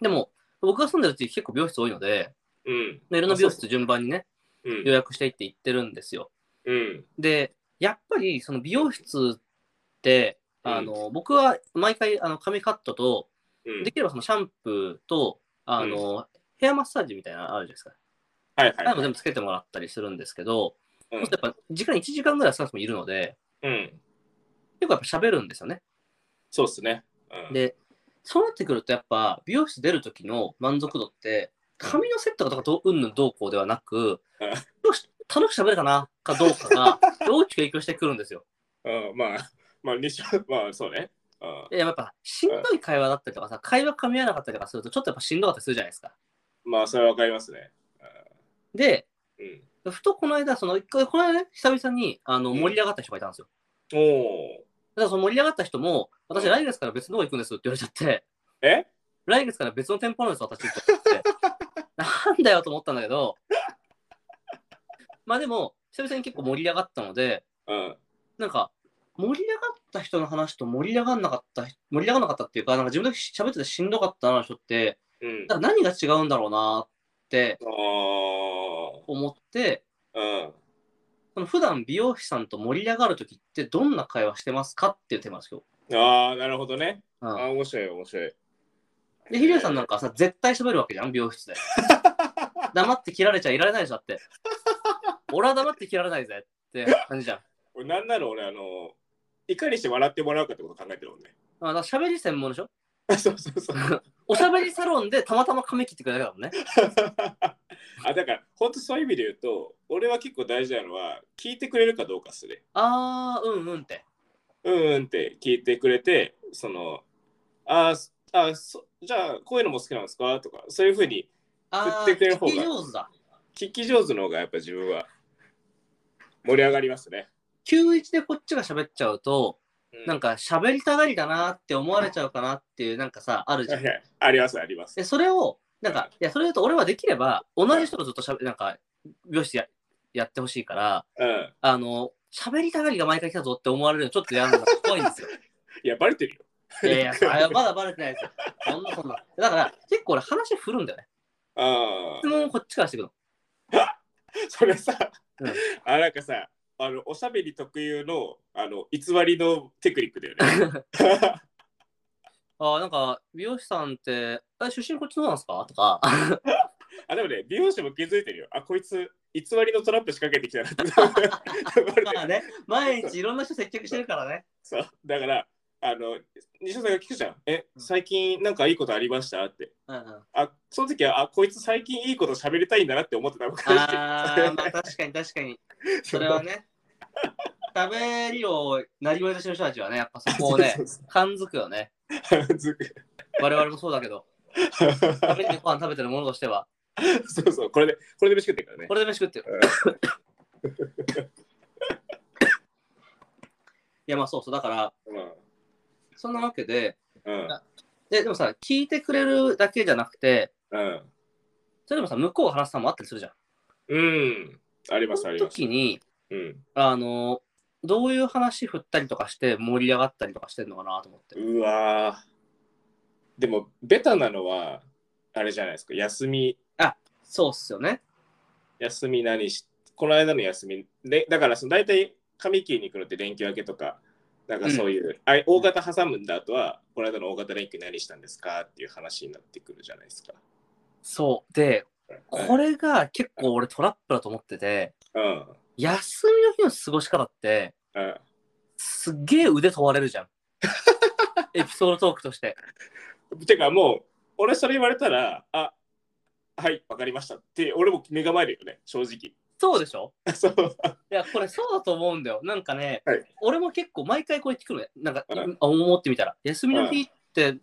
[SPEAKER 2] でも、僕が住んでる地域結構美容室多いので、
[SPEAKER 1] うん。
[SPEAKER 2] ねいろんな美容室順番にね、
[SPEAKER 1] うん
[SPEAKER 2] 予約していって行ってるんですよ。
[SPEAKER 1] うん。
[SPEAKER 2] で、やっぱりその美容室って、あの、僕は毎回あの髪カットと、
[SPEAKER 1] うん
[SPEAKER 2] できればそのシャンプーと、あの、ヘアマッサージみたいなのあるじゃないですか。
[SPEAKER 1] はい
[SPEAKER 2] ああいうの
[SPEAKER 1] はい。
[SPEAKER 2] 全部つけてもらったりするんですけど、
[SPEAKER 1] うん
[SPEAKER 2] そうするとやっぱ時間1時間ぐらい少なくともいるので、
[SPEAKER 1] うん。
[SPEAKER 2] 結構やっぱ喋るんですよね。
[SPEAKER 1] そうっすね。うん
[SPEAKER 2] で、そうなってくるとやっぱ美容室出る時の満足度って、髪のセットとかどううんぬんどうこうではなく
[SPEAKER 1] うん、
[SPEAKER 2] 楽しく喋れたなかどうかが大きく影響してくるんですよ。
[SPEAKER 1] うん。まあ、まあ、西まあ、そうね。うん
[SPEAKER 2] でやっぱしんどい会話だったりとかさ、会話噛み合わなかったりとかすると、ちょっとやっぱしんどかったりするじゃないですか。
[SPEAKER 1] まあ、それはわかりますね。
[SPEAKER 2] で、
[SPEAKER 1] うん。
[SPEAKER 2] ふとこの間、その一回、この間ね、久々にあの
[SPEAKER 1] うん
[SPEAKER 2] 盛り上がった人がいたんですよ。
[SPEAKER 1] おお。
[SPEAKER 2] だからその盛り上がった人も、私、
[SPEAKER 1] うん
[SPEAKER 2] 来月から別のとこ行くんですって言われちゃって、
[SPEAKER 1] え
[SPEAKER 2] 来月から別の店舗なんです、私って言って。なんだよと思ったんだけど、まあでも、久々に結構盛り上がったので、
[SPEAKER 1] うん。
[SPEAKER 2] なんか、盛り上がった人の話と盛り上がんなかった人、盛り上がんなかったっていうか、なんか自分だけ喋っててしんどかったな、人って、
[SPEAKER 1] うん。
[SPEAKER 2] だから何が違うんだろうなって
[SPEAKER 1] あ
[SPEAKER 2] 思って、
[SPEAKER 1] あ。うん。
[SPEAKER 2] その普段美容師さんと盛り上がるときってどんな会話してますかっていうテーマですよ。
[SPEAKER 1] ああ、なるほどね。
[SPEAKER 2] うん
[SPEAKER 1] ああ、面白い、面白い。
[SPEAKER 2] で、ひりやさんなんかさ、絶対喋るわけじゃん、美容 室で。黙って切られちゃいられないでしょだって。俺は黙って切られないぜって感じじゃん。
[SPEAKER 1] 俺なんなら俺、あの、いかにして笑ってもらうかってこと考えてるもんね。
[SPEAKER 2] あだから喋り専門でしょ
[SPEAKER 1] あそうそうそう。
[SPEAKER 2] おしゃべりサロンでたまたま髪切ってくれたからね。
[SPEAKER 1] あだから本当そういう意味で言うと俺は結構大事なのは聞いてくれるかどうかっすね
[SPEAKER 2] あー、うんうんって。
[SPEAKER 1] うんうんって聞いてくれてそのあーすあーそじゃあこういうのも好きなんですかとかそういうふうに
[SPEAKER 2] あ
[SPEAKER 1] 振ってくれ
[SPEAKER 2] ー、
[SPEAKER 1] る方が
[SPEAKER 2] 聞き上手だ。
[SPEAKER 1] 聞き上手の方がやっぱ自分は盛り上がりますね、
[SPEAKER 2] 91でこっちが喋っちゃうと、
[SPEAKER 1] うん
[SPEAKER 2] なんか喋りたがりだなって思われちゃうかなっていう、なんかさ、あるじゃん
[SPEAKER 1] い。やありますあります
[SPEAKER 2] で、それを、なんか、いや、それだと俺はできれば、同じ人とずっとしゃべなんか、美容師ややってほしいから、
[SPEAKER 1] うん
[SPEAKER 2] あの、喋りたがりが毎回来たぞって思われるのちょっと嫌なのが怖いんですよ。
[SPEAKER 1] いやバレてるよ
[SPEAKER 2] いやいや、あれはまだバレてないですよ。そんなそんな。だから、結構俺話振るんだよね。
[SPEAKER 1] あ
[SPEAKER 2] 質
[SPEAKER 1] ー
[SPEAKER 2] 問をこっちからしてくの。
[SPEAKER 1] それさ、
[SPEAKER 2] うん
[SPEAKER 1] あなんかさあのおしゃべり特有のあの偽りのテクニックだよ ね
[SPEAKER 2] あーなんか、美容師さんって、あ出身こっちの方なんですかとか、
[SPEAKER 1] あでもね、美容師も気づいてるよ。あ、こいつ、偽りのトラップ仕掛けてきたなって。 バレて
[SPEAKER 2] まあ
[SPEAKER 1] る
[SPEAKER 2] ね、毎日いろんな人接客してるからね。
[SPEAKER 1] そうだから、あの、西田さんが聞くじゃん。え、最近なんかいいことありましたって。
[SPEAKER 2] うんうん、あ
[SPEAKER 1] あ、その時は、あ、こいつ最近いいこと喋りたいんだなって思ってたのかもしれ
[SPEAKER 2] あー、まあ確かに確かに。それはね、喋りをなりわいとしてる人たちはね、やっぱそこ をね、感づくよね。
[SPEAKER 1] そうそう
[SPEAKER 2] 我々もそうだけど、食べてご飯食べてるものとしては、
[SPEAKER 1] そうそう、これで、これで飯食ってるからね
[SPEAKER 2] こ。れで飯食ってる。 いや、まあそうそう、だから、そんなわけで、
[SPEAKER 1] うん。うん。
[SPEAKER 2] ででもさ、聞いてくれるだけじゃなくて、
[SPEAKER 1] うん。
[SPEAKER 2] それでもさ、向こうが話すさもあったりするじゃん。
[SPEAKER 1] うん。あります、
[SPEAKER 2] そ
[SPEAKER 1] あ
[SPEAKER 2] の
[SPEAKER 1] ります。
[SPEAKER 2] 時に、
[SPEAKER 1] うん。
[SPEAKER 2] あの、どういう話振ったりとかして盛り上がったりとかしてるのかなと思って。
[SPEAKER 1] うわーでも、ベタなのは、あれじゃないですか、休み
[SPEAKER 2] そうっすよね。
[SPEAKER 1] 休み何し、この間の休み、でだからその大体髪切りに行くのって連休明けとか、なんかそういう、あ大型挟むんだ後は、この間の大型連休何したんですかっていう話になってくるじゃないですか。
[SPEAKER 2] そう。で、これが結構俺トラップだと思ってて、
[SPEAKER 1] うん。
[SPEAKER 2] 休みの日の過ごし方って、
[SPEAKER 1] うん、
[SPEAKER 2] すっげえ腕問われる じゃん。エピソードトークとして。
[SPEAKER 1] てかもう、俺それ言われたら、あはい、わかりましたって、俺も身構えるよね、正直。
[SPEAKER 2] そうでしょ
[SPEAKER 1] そう。
[SPEAKER 2] いや、これそうだと思うんだよ。なんかね、
[SPEAKER 1] はい
[SPEAKER 2] 俺も結構毎回これ聞くのよ。なんか、
[SPEAKER 1] うん
[SPEAKER 2] あ思ってみたら、休みの日って、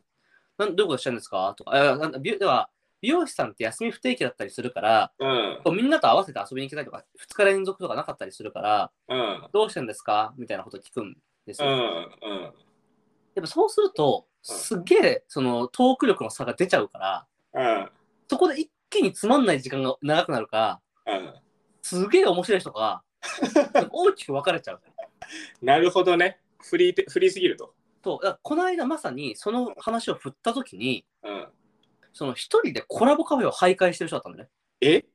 [SPEAKER 2] なんどういうことしてるんですかとか、あなんか美では美容師さんって休み不定期だったりするから、
[SPEAKER 1] うん。
[SPEAKER 2] こうみんなと合わせて遊びに行けたりとか、2日連続とかなかったりするから、
[SPEAKER 1] うん。
[SPEAKER 2] どうしてるんですかみたいなこと聞くんです
[SPEAKER 1] う
[SPEAKER 2] よ。や
[SPEAKER 1] ん。うん。
[SPEAKER 2] っぱそうすると、
[SPEAKER 1] うん
[SPEAKER 2] すげえそのトーク力の差が出ちゃうから、
[SPEAKER 1] うん。
[SPEAKER 2] そこで一気につまんない時間が長くなるから、
[SPEAKER 1] うん。
[SPEAKER 2] すげえ面白い人 が大きく分かれちゃう。
[SPEAKER 1] なるほどね。フリーて、フリーすぎると。
[SPEAKER 2] そうだからこの間まさにその話を振った時に
[SPEAKER 1] うん。
[SPEAKER 2] その一人でコラボカフェを徘徊してる人だったのね。
[SPEAKER 1] え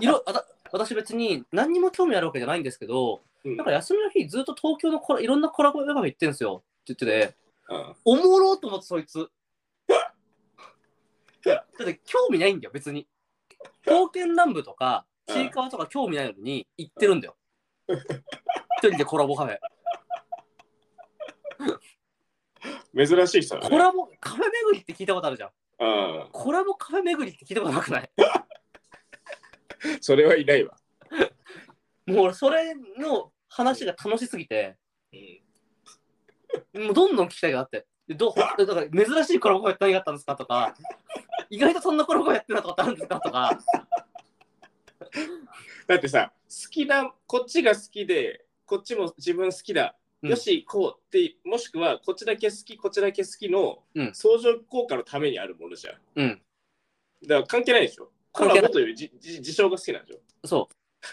[SPEAKER 2] いろあた私別に何にも興味あるわけじゃないんですけど
[SPEAKER 1] うん
[SPEAKER 2] なんか休みの日ずっと東京のコラいろんなコラボカフェ行ってんすよって言ってて
[SPEAKER 1] うん
[SPEAKER 2] おもろーと思ってそいつ。だって興味ないんだよ別に。刀剣乱舞とかちいかわとか興味ないのに行ってるんだよ。一人でコラボカフェ。
[SPEAKER 1] 珍しい人だ
[SPEAKER 2] コ
[SPEAKER 1] ね。
[SPEAKER 2] ラボカフェ巡りって聞いたことあるじゃん。
[SPEAKER 1] うん。
[SPEAKER 2] コラボカフェ巡りって聞いたことなくない
[SPEAKER 1] それはいないわ。
[SPEAKER 2] もう俺それの話が楽しすぎて、もうどんどん聞きたいがあって。でどうだから珍しいコラボやった何があったんですかとか、意外とそんなコラボやってなかったんですかとか、
[SPEAKER 1] だってさ、好きな、こっちが好きで、こっちも自分好きだ。
[SPEAKER 2] うん
[SPEAKER 1] よし、こうって、もしくは、こっちだけ好き、こっちだけ好きの
[SPEAKER 2] うん
[SPEAKER 1] 相乗効果のためにあるものじゃん。
[SPEAKER 2] うん、
[SPEAKER 1] だから関係ないでしょ。コ
[SPEAKER 2] 関係な
[SPEAKER 1] ラボ
[SPEAKER 2] い
[SPEAKER 1] というじじ事象が好き なんでしょ。
[SPEAKER 2] そう。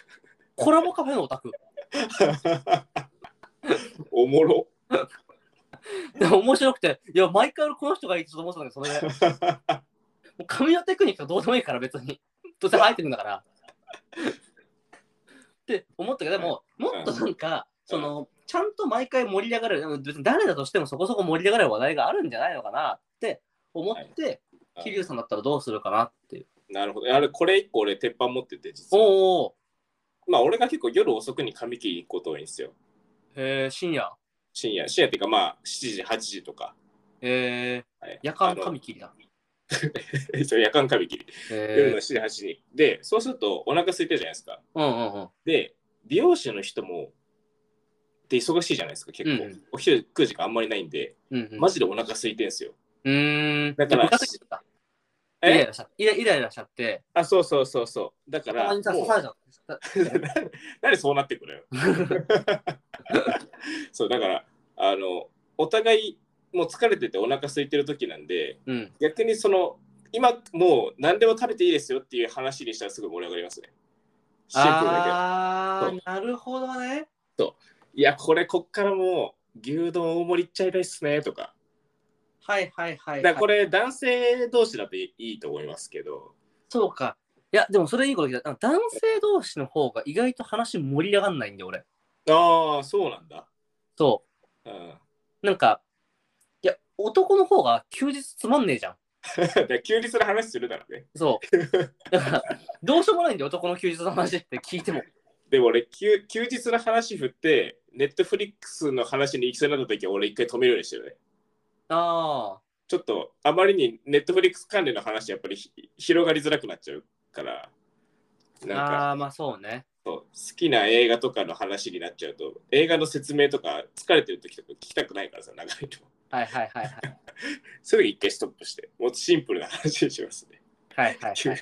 [SPEAKER 2] コラボカフェのオタク。
[SPEAKER 1] おもろ。
[SPEAKER 2] で面白くて、いや、毎回俺この人がいいと思ってたんだけど、それで、もう髪のテクニックはどうでもいいから、別 に。どうせ生えてるんだから。って思ったけど、でも、もっとなんか、その、ちゃんと毎回盛り上がる、でも別に誰だとしてもそこそこ盛り上がる話題があるんじゃないのかなって思って、
[SPEAKER 1] はい
[SPEAKER 2] 桐生さんだったらどうするかなっていう。
[SPEAKER 1] なるほど。あれ、これ一個俺、鉄板持ってて、実は。
[SPEAKER 2] おお、
[SPEAKER 1] まあ、俺が結構夜遅くに髪切りに行くことが多いんですよ。
[SPEAKER 2] えー、深夜、
[SPEAKER 1] 深夜、深夜っていうか、まあ、7時、8時とか。
[SPEAKER 2] え
[SPEAKER 1] はい
[SPEAKER 2] ー、夜間髪切りだ。
[SPEAKER 1] あの そう夜間髪切り。夜
[SPEAKER 2] え
[SPEAKER 1] の
[SPEAKER 2] ー、
[SPEAKER 1] 7時、8時に。で、そうすると、お腹空いてるじゃないですか。
[SPEAKER 2] うんうんうん。
[SPEAKER 1] で、美容師の人も、で、忙しいじゃないですか、結構。
[SPEAKER 2] うんうん
[SPEAKER 1] お昼食う時間あんまりないんで、
[SPEAKER 2] うんうん、
[SPEAKER 1] マジでお腹空いてるんですよ。
[SPEAKER 2] うーん。
[SPEAKER 1] だから
[SPEAKER 2] ムカついてたイライ
[SPEAKER 1] え
[SPEAKER 2] ラしちゃイライライラしちゃって、
[SPEAKER 1] あ、そうそうそうそう。だか
[SPEAKER 2] た
[SPEAKER 1] ら、
[SPEAKER 2] ま
[SPEAKER 1] もう
[SPEAKER 2] にさ刺されちゃった。
[SPEAKER 1] なんでそうなってくの よ。そう、だから、あの、お互い、もう疲れててお腹空いてる時なんで、
[SPEAKER 2] うん。
[SPEAKER 1] 逆にその今もう何でも食べていいですよっていう話にしたらすごい盛り上がりますね。シンプルだ
[SPEAKER 2] あ
[SPEAKER 1] そ
[SPEAKER 2] ー、なるほどね。
[SPEAKER 1] けど。いや、これこっからもう牛丼大盛りいっちゃいたいっすねとか。
[SPEAKER 2] はいはいはい、
[SPEAKER 1] だか
[SPEAKER 2] はい。
[SPEAKER 1] らこれ男性同士だといいと思いますけど。
[SPEAKER 2] そうか。いや、でもそれいいこと聞いた。男性同士の方が意外と話盛り上がんないんで、俺。
[SPEAKER 1] ああ、そうなんだ。
[SPEAKER 2] そ
[SPEAKER 1] うん、
[SPEAKER 2] う。なんか、いや、男の方が休日つまんねえじゃん。
[SPEAKER 1] だから急にそれ話するならね。
[SPEAKER 2] そう。 だから、どうしようもないんで、男の休日の話って聞いても。
[SPEAKER 1] でも俺休、休日の話振って、ネットフリックスの話に行きそうになった時は俺一回止めるようにしてるね。
[SPEAKER 2] ああ。
[SPEAKER 1] ちょっとあまりにネットフリックス関連の話やっぱりひ広がりづらくなっちゃうから。なんか
[SPEAKER 2] ああー、まあそうね。
[SPEAKER 1] そう好きな映画とかの話になっちゃうと映画の説明とか疲れてる時とか聞きたくないからさ長いと
[SPEAKER 2] はいはいはいはい。
[SPEAKER 1] それで一回ストップしてもうシンプルな話にしますね
[SPEAKER 2] はいはい、はい。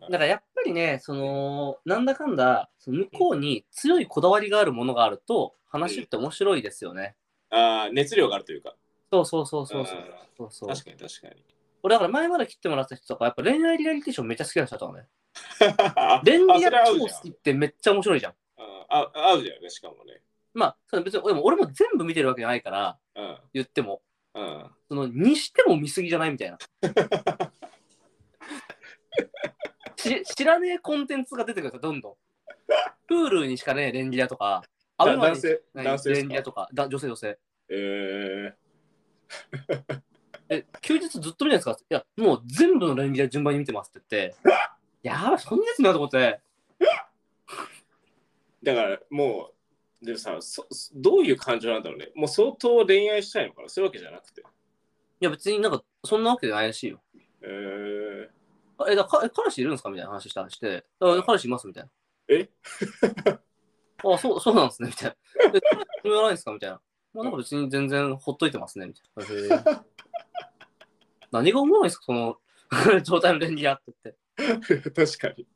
[SPEAKER 2] だからやっぱりね、そのなんだかんだその向こうに強いこだわりがあるものがあると話って面白いですよね。
[SPEAKER 1] あー熱量があるというか
[SPEAKER 2] そうそうそうそうそううんそうそう。
[SPEAKER 1] 確かに確かに
[SPEAKER 2] 俺だから前まで切ってもらった人とかやっぱ恋愛リアリティションめっちゃ好きな人とかね。 恋
[SPEAKER 1] あ
[SPEAKER 2] 愛
[SPEAKER 1] それ
[SPEAKER 2] が
[SPEAKER 1] 合う
[SPEAKER 2] 超
[SPEAKER 1] じゃん
[SPEAKER 2] 好きってめっちゃ面白いじゃん。
[SPEAKER 1] うんあ合うじゃんねしかもね
[SPEAKER 2] まあその別に俺も俺も全部見てるわけじゃないから
[SPEAKER 1] うん
[SPEAKER 2] 言っても
[SPEAKER 1] うん
[SPEAKER 2] そのにしても見すぎじゃないみ たいな。し知らねえコンテンツが出てくるんですよどんどん。プールにしかねえレンリアとか。
[SPEAKER 1] だ
[SPEAKER 2] アベマ
[SPEAKER 1] 男
[SPEAKER 2] にしか
[SPEAKER 1] 性
[SPEAKER 2] ない
[SPEAKER 1] 男性で
[SPEAKER 2] レ
[SPEAKER 1] す
[SPEAKER 2] ンリア
[SPEAKER 1] か
[SPEAKER 2] とかだ女性女性。
[SPEAKER 1] え
[SPEAKER 2] え、休日ずっと見ないですかいや、もう全部のレンジャ順番に見てますって言 って、やばい、そんなやつ見なと思って、
[SPEAKER 1] ー、だからもうでもさそそどういう感情なんだろうねもう相当恋愛したいのかなそういうわけじゃなくて
[SPEAKER 2] いや、別になんか、そんなわけじゃないらしいよ。
[SPEAKER 1] えー、
[SPEAKER 2] え、だからか彼氏いるんですかみたいな話したりして、あ彼氏いますみたいな。
[SPEAKER 1] え
[SPEAKER 2] あそう、そうなんですね、みたいな。え、彼氏いないんですかみたいな。まあ、なんか別に全然ほっといてますね、みたいな。へー 何がおもろいんですか、その、 状態のレンジャーって言って。
[SPEAKER 1] 確かに。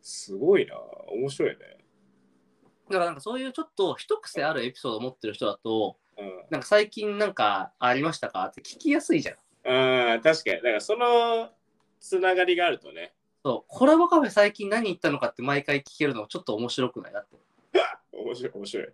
[SPEAKER 1] すごいな。面白いね。
[SPEAKER 2] だからなんかそういうちょっと一癖あるエピソードを持ってる人だと、
[SPEAKER 1] うん
[SPEAKER 2] なんか最近なんかありましたかって聞きやすいじゃん。
[SPEAKER 1] ああ、確かに。だからそのつながりがあるとね、
[SPEAKER 2] そう、コラボカフェ最近何行ったのかって毎回聞けるのちょっと面白くないなって。
[SPEAKER 1] 面白い、面白い。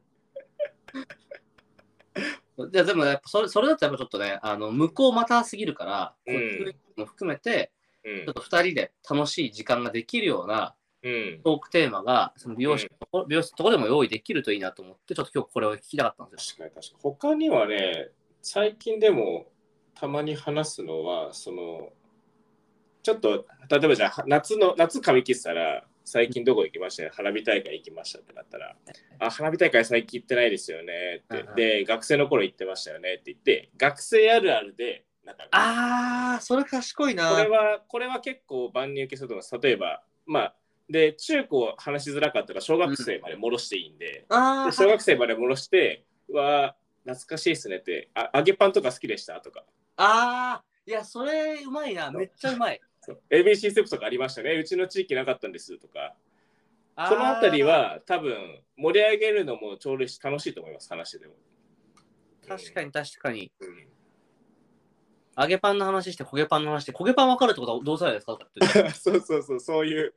[SPEAKER 2] いやでもやっぱそれそれだとやっぱちょっとね、あの向こうまたすぎるから、
[SPEAKER 1] うん
[SPEAKER 2] こういうのも含めて、
[SPEAKER 1] うん
[SPEAKER 2] ちょっと2人で楽しい時間ができるような
[SPEAKER 1] うん。
[SPEAKER 2] トークテーマが、その美容室
[SPEAKER 1] う
[SPEAKER 2] のところ、美容室のところでも用意できるといいなと思って、ちょっと今日これを聞きたかったんですよ。
[SPEAKER 1] 確かに確かに。他にはね、最近でもたまに話すのは、その、ちょっと、例えばじゃあ、夏の、夏髪切ったら、最近どこ行きました花火大会行きましたってなったら、あ、花火大会最近行ってないですよねっ
[SPEAKER 2] うんう
[SPEAKER 1] て
[SPEAKER 2] ん。
[SPEAKER 1] で、学生の頃行ってましたよねって言って、学生あるあるで、なんか、
[SPEAKER 2] あー、それ賢いな。
[SPEAKER 1] これは、これは結構万人受けすると思います。例えば、まあ、で、中高話しづらかったら、小学生まで戻していいんで、
[SPEAKER 2] あ
[SPEAKER 1] で
[SPEAKER 2] ー、
[SPEAKER 1] 小学生まで戻して、うわー、懐かしいですねって、あ揚げパンとか好きでしたとか、
[SPEAKER 2] あー、いや、それうまいな。めっちゃうまい。
[SPEAKER 1] そう ABC ステップとかありましたね、うちの地域なかったんですとか、
[SPEAKER 2] あ
[SPEAKER 1] この辺り
[SPEAKER 2] ー
[SPEAKER 1] は多分盛り上げるのもちょうどいいし楽しいと思います、話でも。
[SPEAKER 2] 確か
[SPEAKER 1] に。
[SPEAKER 2] に確かに。
[SPEAKER 1] うん
[SPEAKER 2] 揚げパンの話して、焦げパンの話して、焦げパン分かるってことはどうしたらいいですかって言って
[SPEAKER 1] そうそうそう、そういう、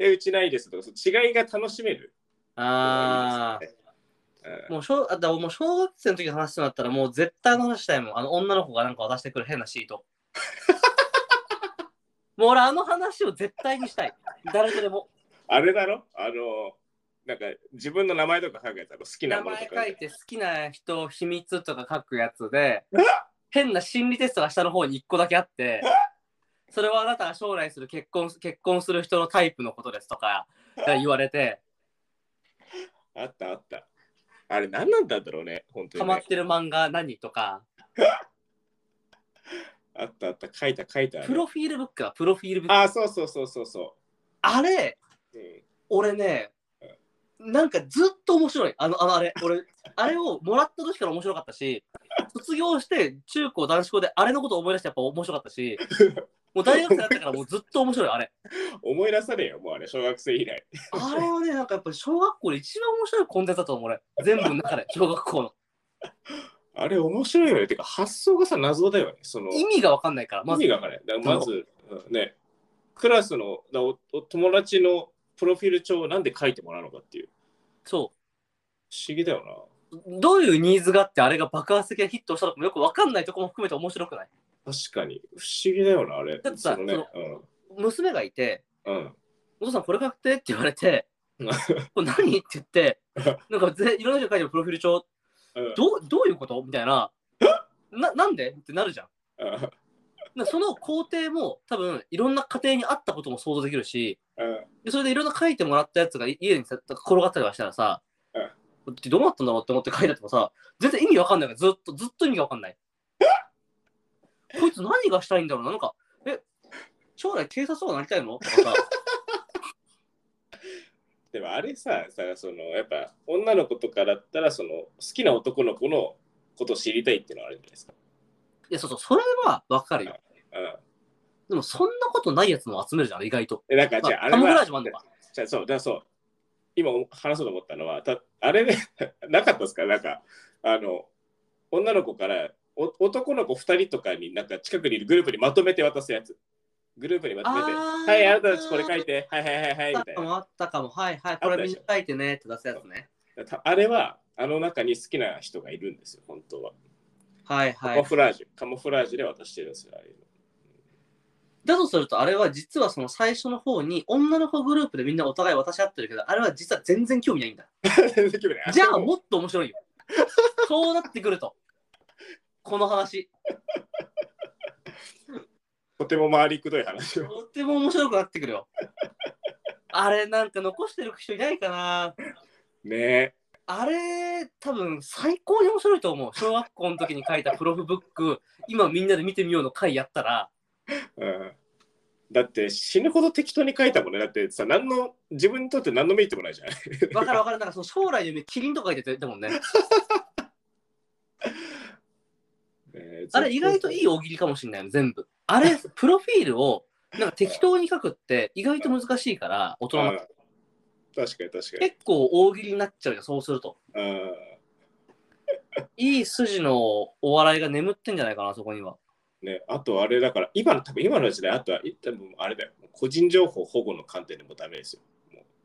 [SPEAKER 1] え、うちないですとか、そう違いが楽しめる。
[SPEAKER 2] あー。
[SPEAKER 1] うん
[SPEAKER 2] もう小あだからもう小学生の時の話するんだったらもう絶対あの話したいもん。あの女の子がなんか渡してくる変なシート。 もう俺あの話を絶対にしたい。誰とでも。
[SPEAKER 1] あれだろあの、なんか自分の名前とか書くやつだろ好きな
[SPEAKER 2] 名
[SPEAKER 1] ものと
[SPEAKER 2] 前
[SPEAKER 1] か。
[SPEAKER 2] 書いて好きな人、秘密とか書くやつで、変な心理テストが下の方に1個だけあって、それはあなたが将来する結婚結婚する人のタイプのことですとか言わ れて、
[SPEAKER 1] あったあった。あれ何なんだろうね、本当
[SPEAKER 2] ハ
[SPEAKER 1] に、
[SPEAKER 2] マっ
[SPEAKER 1] ね。
[SPEAKER 2] てる漫画何とか、
[SPEAKER 1] あったあった、書いた書いた。あれ
[SPEAKER 2] プロフィールブックはプロフィールブック。
[SPEAKER 1] あー、そうそうそうそうそ
[SPEAKER 2] あれ
[SPEAKER 1] う。うん
[SPEAKER 2] 俺ね、なんかずっと面白い。あの、あのあれ、俺、 あれをもらった時から面白かったし、卒業して中高男子校であれのことを思い出してやっぱ面白かったし、もう大学生になってからもうずっと面白い、あれ。
[SPEAKER 1] 思い出さねえよ、もうあれ、小学生以来。
[SPEAKER 2] あれはね、なんかやっぱり小学校で一番面白いコンテンツだと思う、俺。全部の中で、小学校の。
[SPEAKER 1] あれ面白いよね。てか、発想がさ、謎だよね。その、
[SPEAKER 2] 意
[SPEAKER 1] 意
[SPEAKER 2] 味がわかんないから、まず。
[SPEAKER 1] 味がわからない。だからまず、うんね、クラスのだおお友達のプロフィール帳をなんで書いてもらうのかっていう。
[SPEAKER 2] そ
[SPEAKER 1] 不思議だよな。
[SPEAKER 2] う。どういうニーズがあって、あれが爆発的なヒットをしたのかもよくわかんないとこも含めて面白くない。
[SPEAKER 1] 確かに。不思議だよな、あれ。
[SPEAKER 2] だってさ
[SPEAKER 1] そのね、
[SPEAKER 2] 娘がいて、
[SPEAKER 1] うん。うん。
[SPEAKER 2] お父さんこれ書くてって言われて、
[SPEAKER 1] うん
[SPEAKER 2] これ何って言って、なんかぜいろんな人が書いてるプロフィール帳
[SPEAKER 1] うん
[SPEAKER 2] どうどういうことみたいな。ななんでってなるじゃん。
[SPEAKER 1] うん
[SPEAKER 2] だからその工程も多分いろんな家庭にあったことも想像できるし、
[SPEAKER 1] うん
[SPEAKER 2] でそれでいろんな書いてもらったやつが家にさ転がったりはしたらさ、ってどうなったんだろうって思って書いてあってもさ、全然意味わかんないからずっとずっと意味がわかんない。こいつ何がしたいんだろうな。なんか、え、将来警察とかなりたいのとかさ、
[SPEAKER 1] でもあれさ、さそのやっぱ女の子とかだったらその好きな男の子のことを知りたいっていうのはあるじゃないですか。
[SPEAKER 2] いや、そうそう、それはわかるよ。
[SPEAKER 1] うん、
[SPEAKER 2] でもそんなことないやつも集めるじゃん、意外と。
[SPEAKER 1] えなんか
[SPEAKER 2] ま
[SPEAKER 1] じゃああ
[SPEAKER 2] あ
[SPEAKER 1] れ
[SPEAKER 2] カモフラー
[SPEAKER 1] は
[SPEAKER 2] ジュもあんのか。
[SPEAKER 1] じゃあそうだからそう今話そうと思ったのはたあれで なかったですかなんかあの女の子からお男の子2人とかになんか近くにいるグループにまとめて渡すやつグループにまとめて
[SPEAKER 2] あ
[SPEAKER 1] 「
[SPEAKER 2] ー
[SPEAKER 1] はいあなたたちこれ書いてはいはいはいはい」
[SPEAKER 2] あっ
[SPEAKER 1] み
[SPEAKER 2] た
[SPEAKER 1] たい
[SPEAKER 2] か
[SPEAKER 1] な
[SPEAKER 2] もあったかも、はいはい、
[SPEAKER 1] たでしょ
[SPEAKER 2] これみんな書いてねって出すやつね。
[SPEAKER 1] たあれはあの中に好きな人がいるんですよ本当は
[SPEAKER 2] はい
[SPEAKER 1] カ
[SPEAKER 2] は
[SPEAKER 1] モ
[SPEAKER 2] い。
[SPEAKER 1] フラージュ、カモフラージュで渡してるんですよああいうの
[SPEAKER 2] だとすると、あれは実はその最初の方に女の子グループでみんなお互い渡し合ってるけど、あれは実は全然興味ないんだ。
[SPEAKER 1] 全然興味ない
[SPEAKER 2] じゃあもっと面白いよ。そうなってくると。この 話。
[SPEAKER 1] と ても回りくどい話を。
[SPEAKER 2] とっても面白くなってくるよ。あれなんか残してる人いないかな
[SPEAKER 1] ねえ。
[SPEAKER 2] あれ多分最高に面白いと思う。小学校の時に書いたプロフブック、今みんなで見てみようの回やったら、
[SPEAKER 1] うん、だって死ぬほど適当に書いたもんね。だってさ、何の、自分にとって何のメリットもないじゃん。
[SPEAKER 2] わかるわかる。なんかその将来の夢、キリンとか言ってたもんね。
[SPEAKER 1] えー
[SPEAKER 2] あれ意外といい大喜利かもしれないよ、全部。あれ、プロフィールをなんか適当に書くって意外と難しいから、大人
[SPEAKER 1] うん
[SPEAKER 2] の
[SPEAKER 1] 確かに確かに。
[SPEAKER 2] 結構大喜利になっちゃうじゃん、そうすると。
[SPEAKER 1] うん
[SPEAKER 2] いい筋のお笑いが眠ってんじゃないかな、そこには。
[SPEAKER 1] ね、あとあれだから、今の多分今の時代、あとは多分あれだよ。個人情報保護の観点でもダメですよ。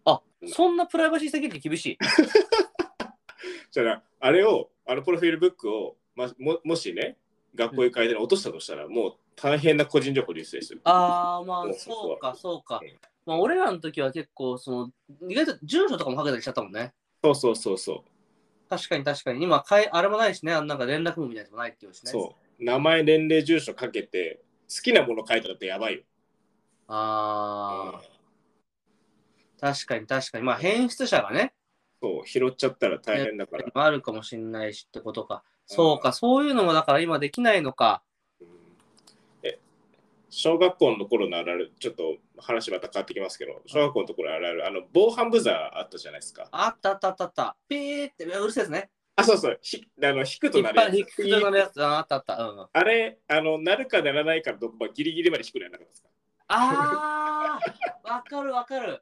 [SPEAKER 2] あ、そんなプライバシーセキュリティ厳しい。
[SPEAKER 1] じゃあ、あれを、あのプロフィールブックを、ま、ももしね、学校へ変えて落としたとしたら、もう大変な個人情報流出ですよ。
[SPEAKER 2] ああ、まあ
[SPEAKER 1] そう、そう
[SPEAKER 2] そうか、そうか
[SPEAKER 1] うん。
[SPEAKER 2] まあ、俺らの時は結構、その、意外と住所とかもかけたりしちゃったもんね。
[SPEAKER 1] そうそうそうそう。
[SPEAKER 2] 確かに確かに。今、かえあれもないしね、あんなんか連絡もみたいなのもないっていうしね。
[SPEAKER 1] そう。名前、年齢、住所かけて、好きなもの書いたらってやばいよ。
[SPEAKER 2] ああ、確かに確かに。まあ、変質者がね、
[SPEAKER 1] そう、拾っちゃったら大変だから。
[SPEAKER 2] あるかもしれないしってことか。そうか、そういうのもだから今できないのか。
[SPEAKER 1] うんえ小学校の頃のあるある、ちょっと話また変わってきますけど、小学校のところあるある、あの、防犯ブザーあったじゃないですか。
[SPEAKER 2] あったあったあったあった。ピーって、うるせえですね。
[SPEAKER 1] あ、そうそう、ひあの引く
[SPEAKER 2] い
[SPEAKER 1] と
[SPEAKER 2] っ
[SPEAKER 1] な
[SPEAKER 2] ぱい
[SPEAKER 1] る
[SPEAKER 2] 引
[SPEAKER 1] やつ
[SPEAKER 2] くのやつあったあった。うん。あ
[SPEAKER 1] あれ、あの、なるかならないかのとこまでギリギリまで引くのやらなかったですか
[SPEAKER 2] あー、わかるわかる。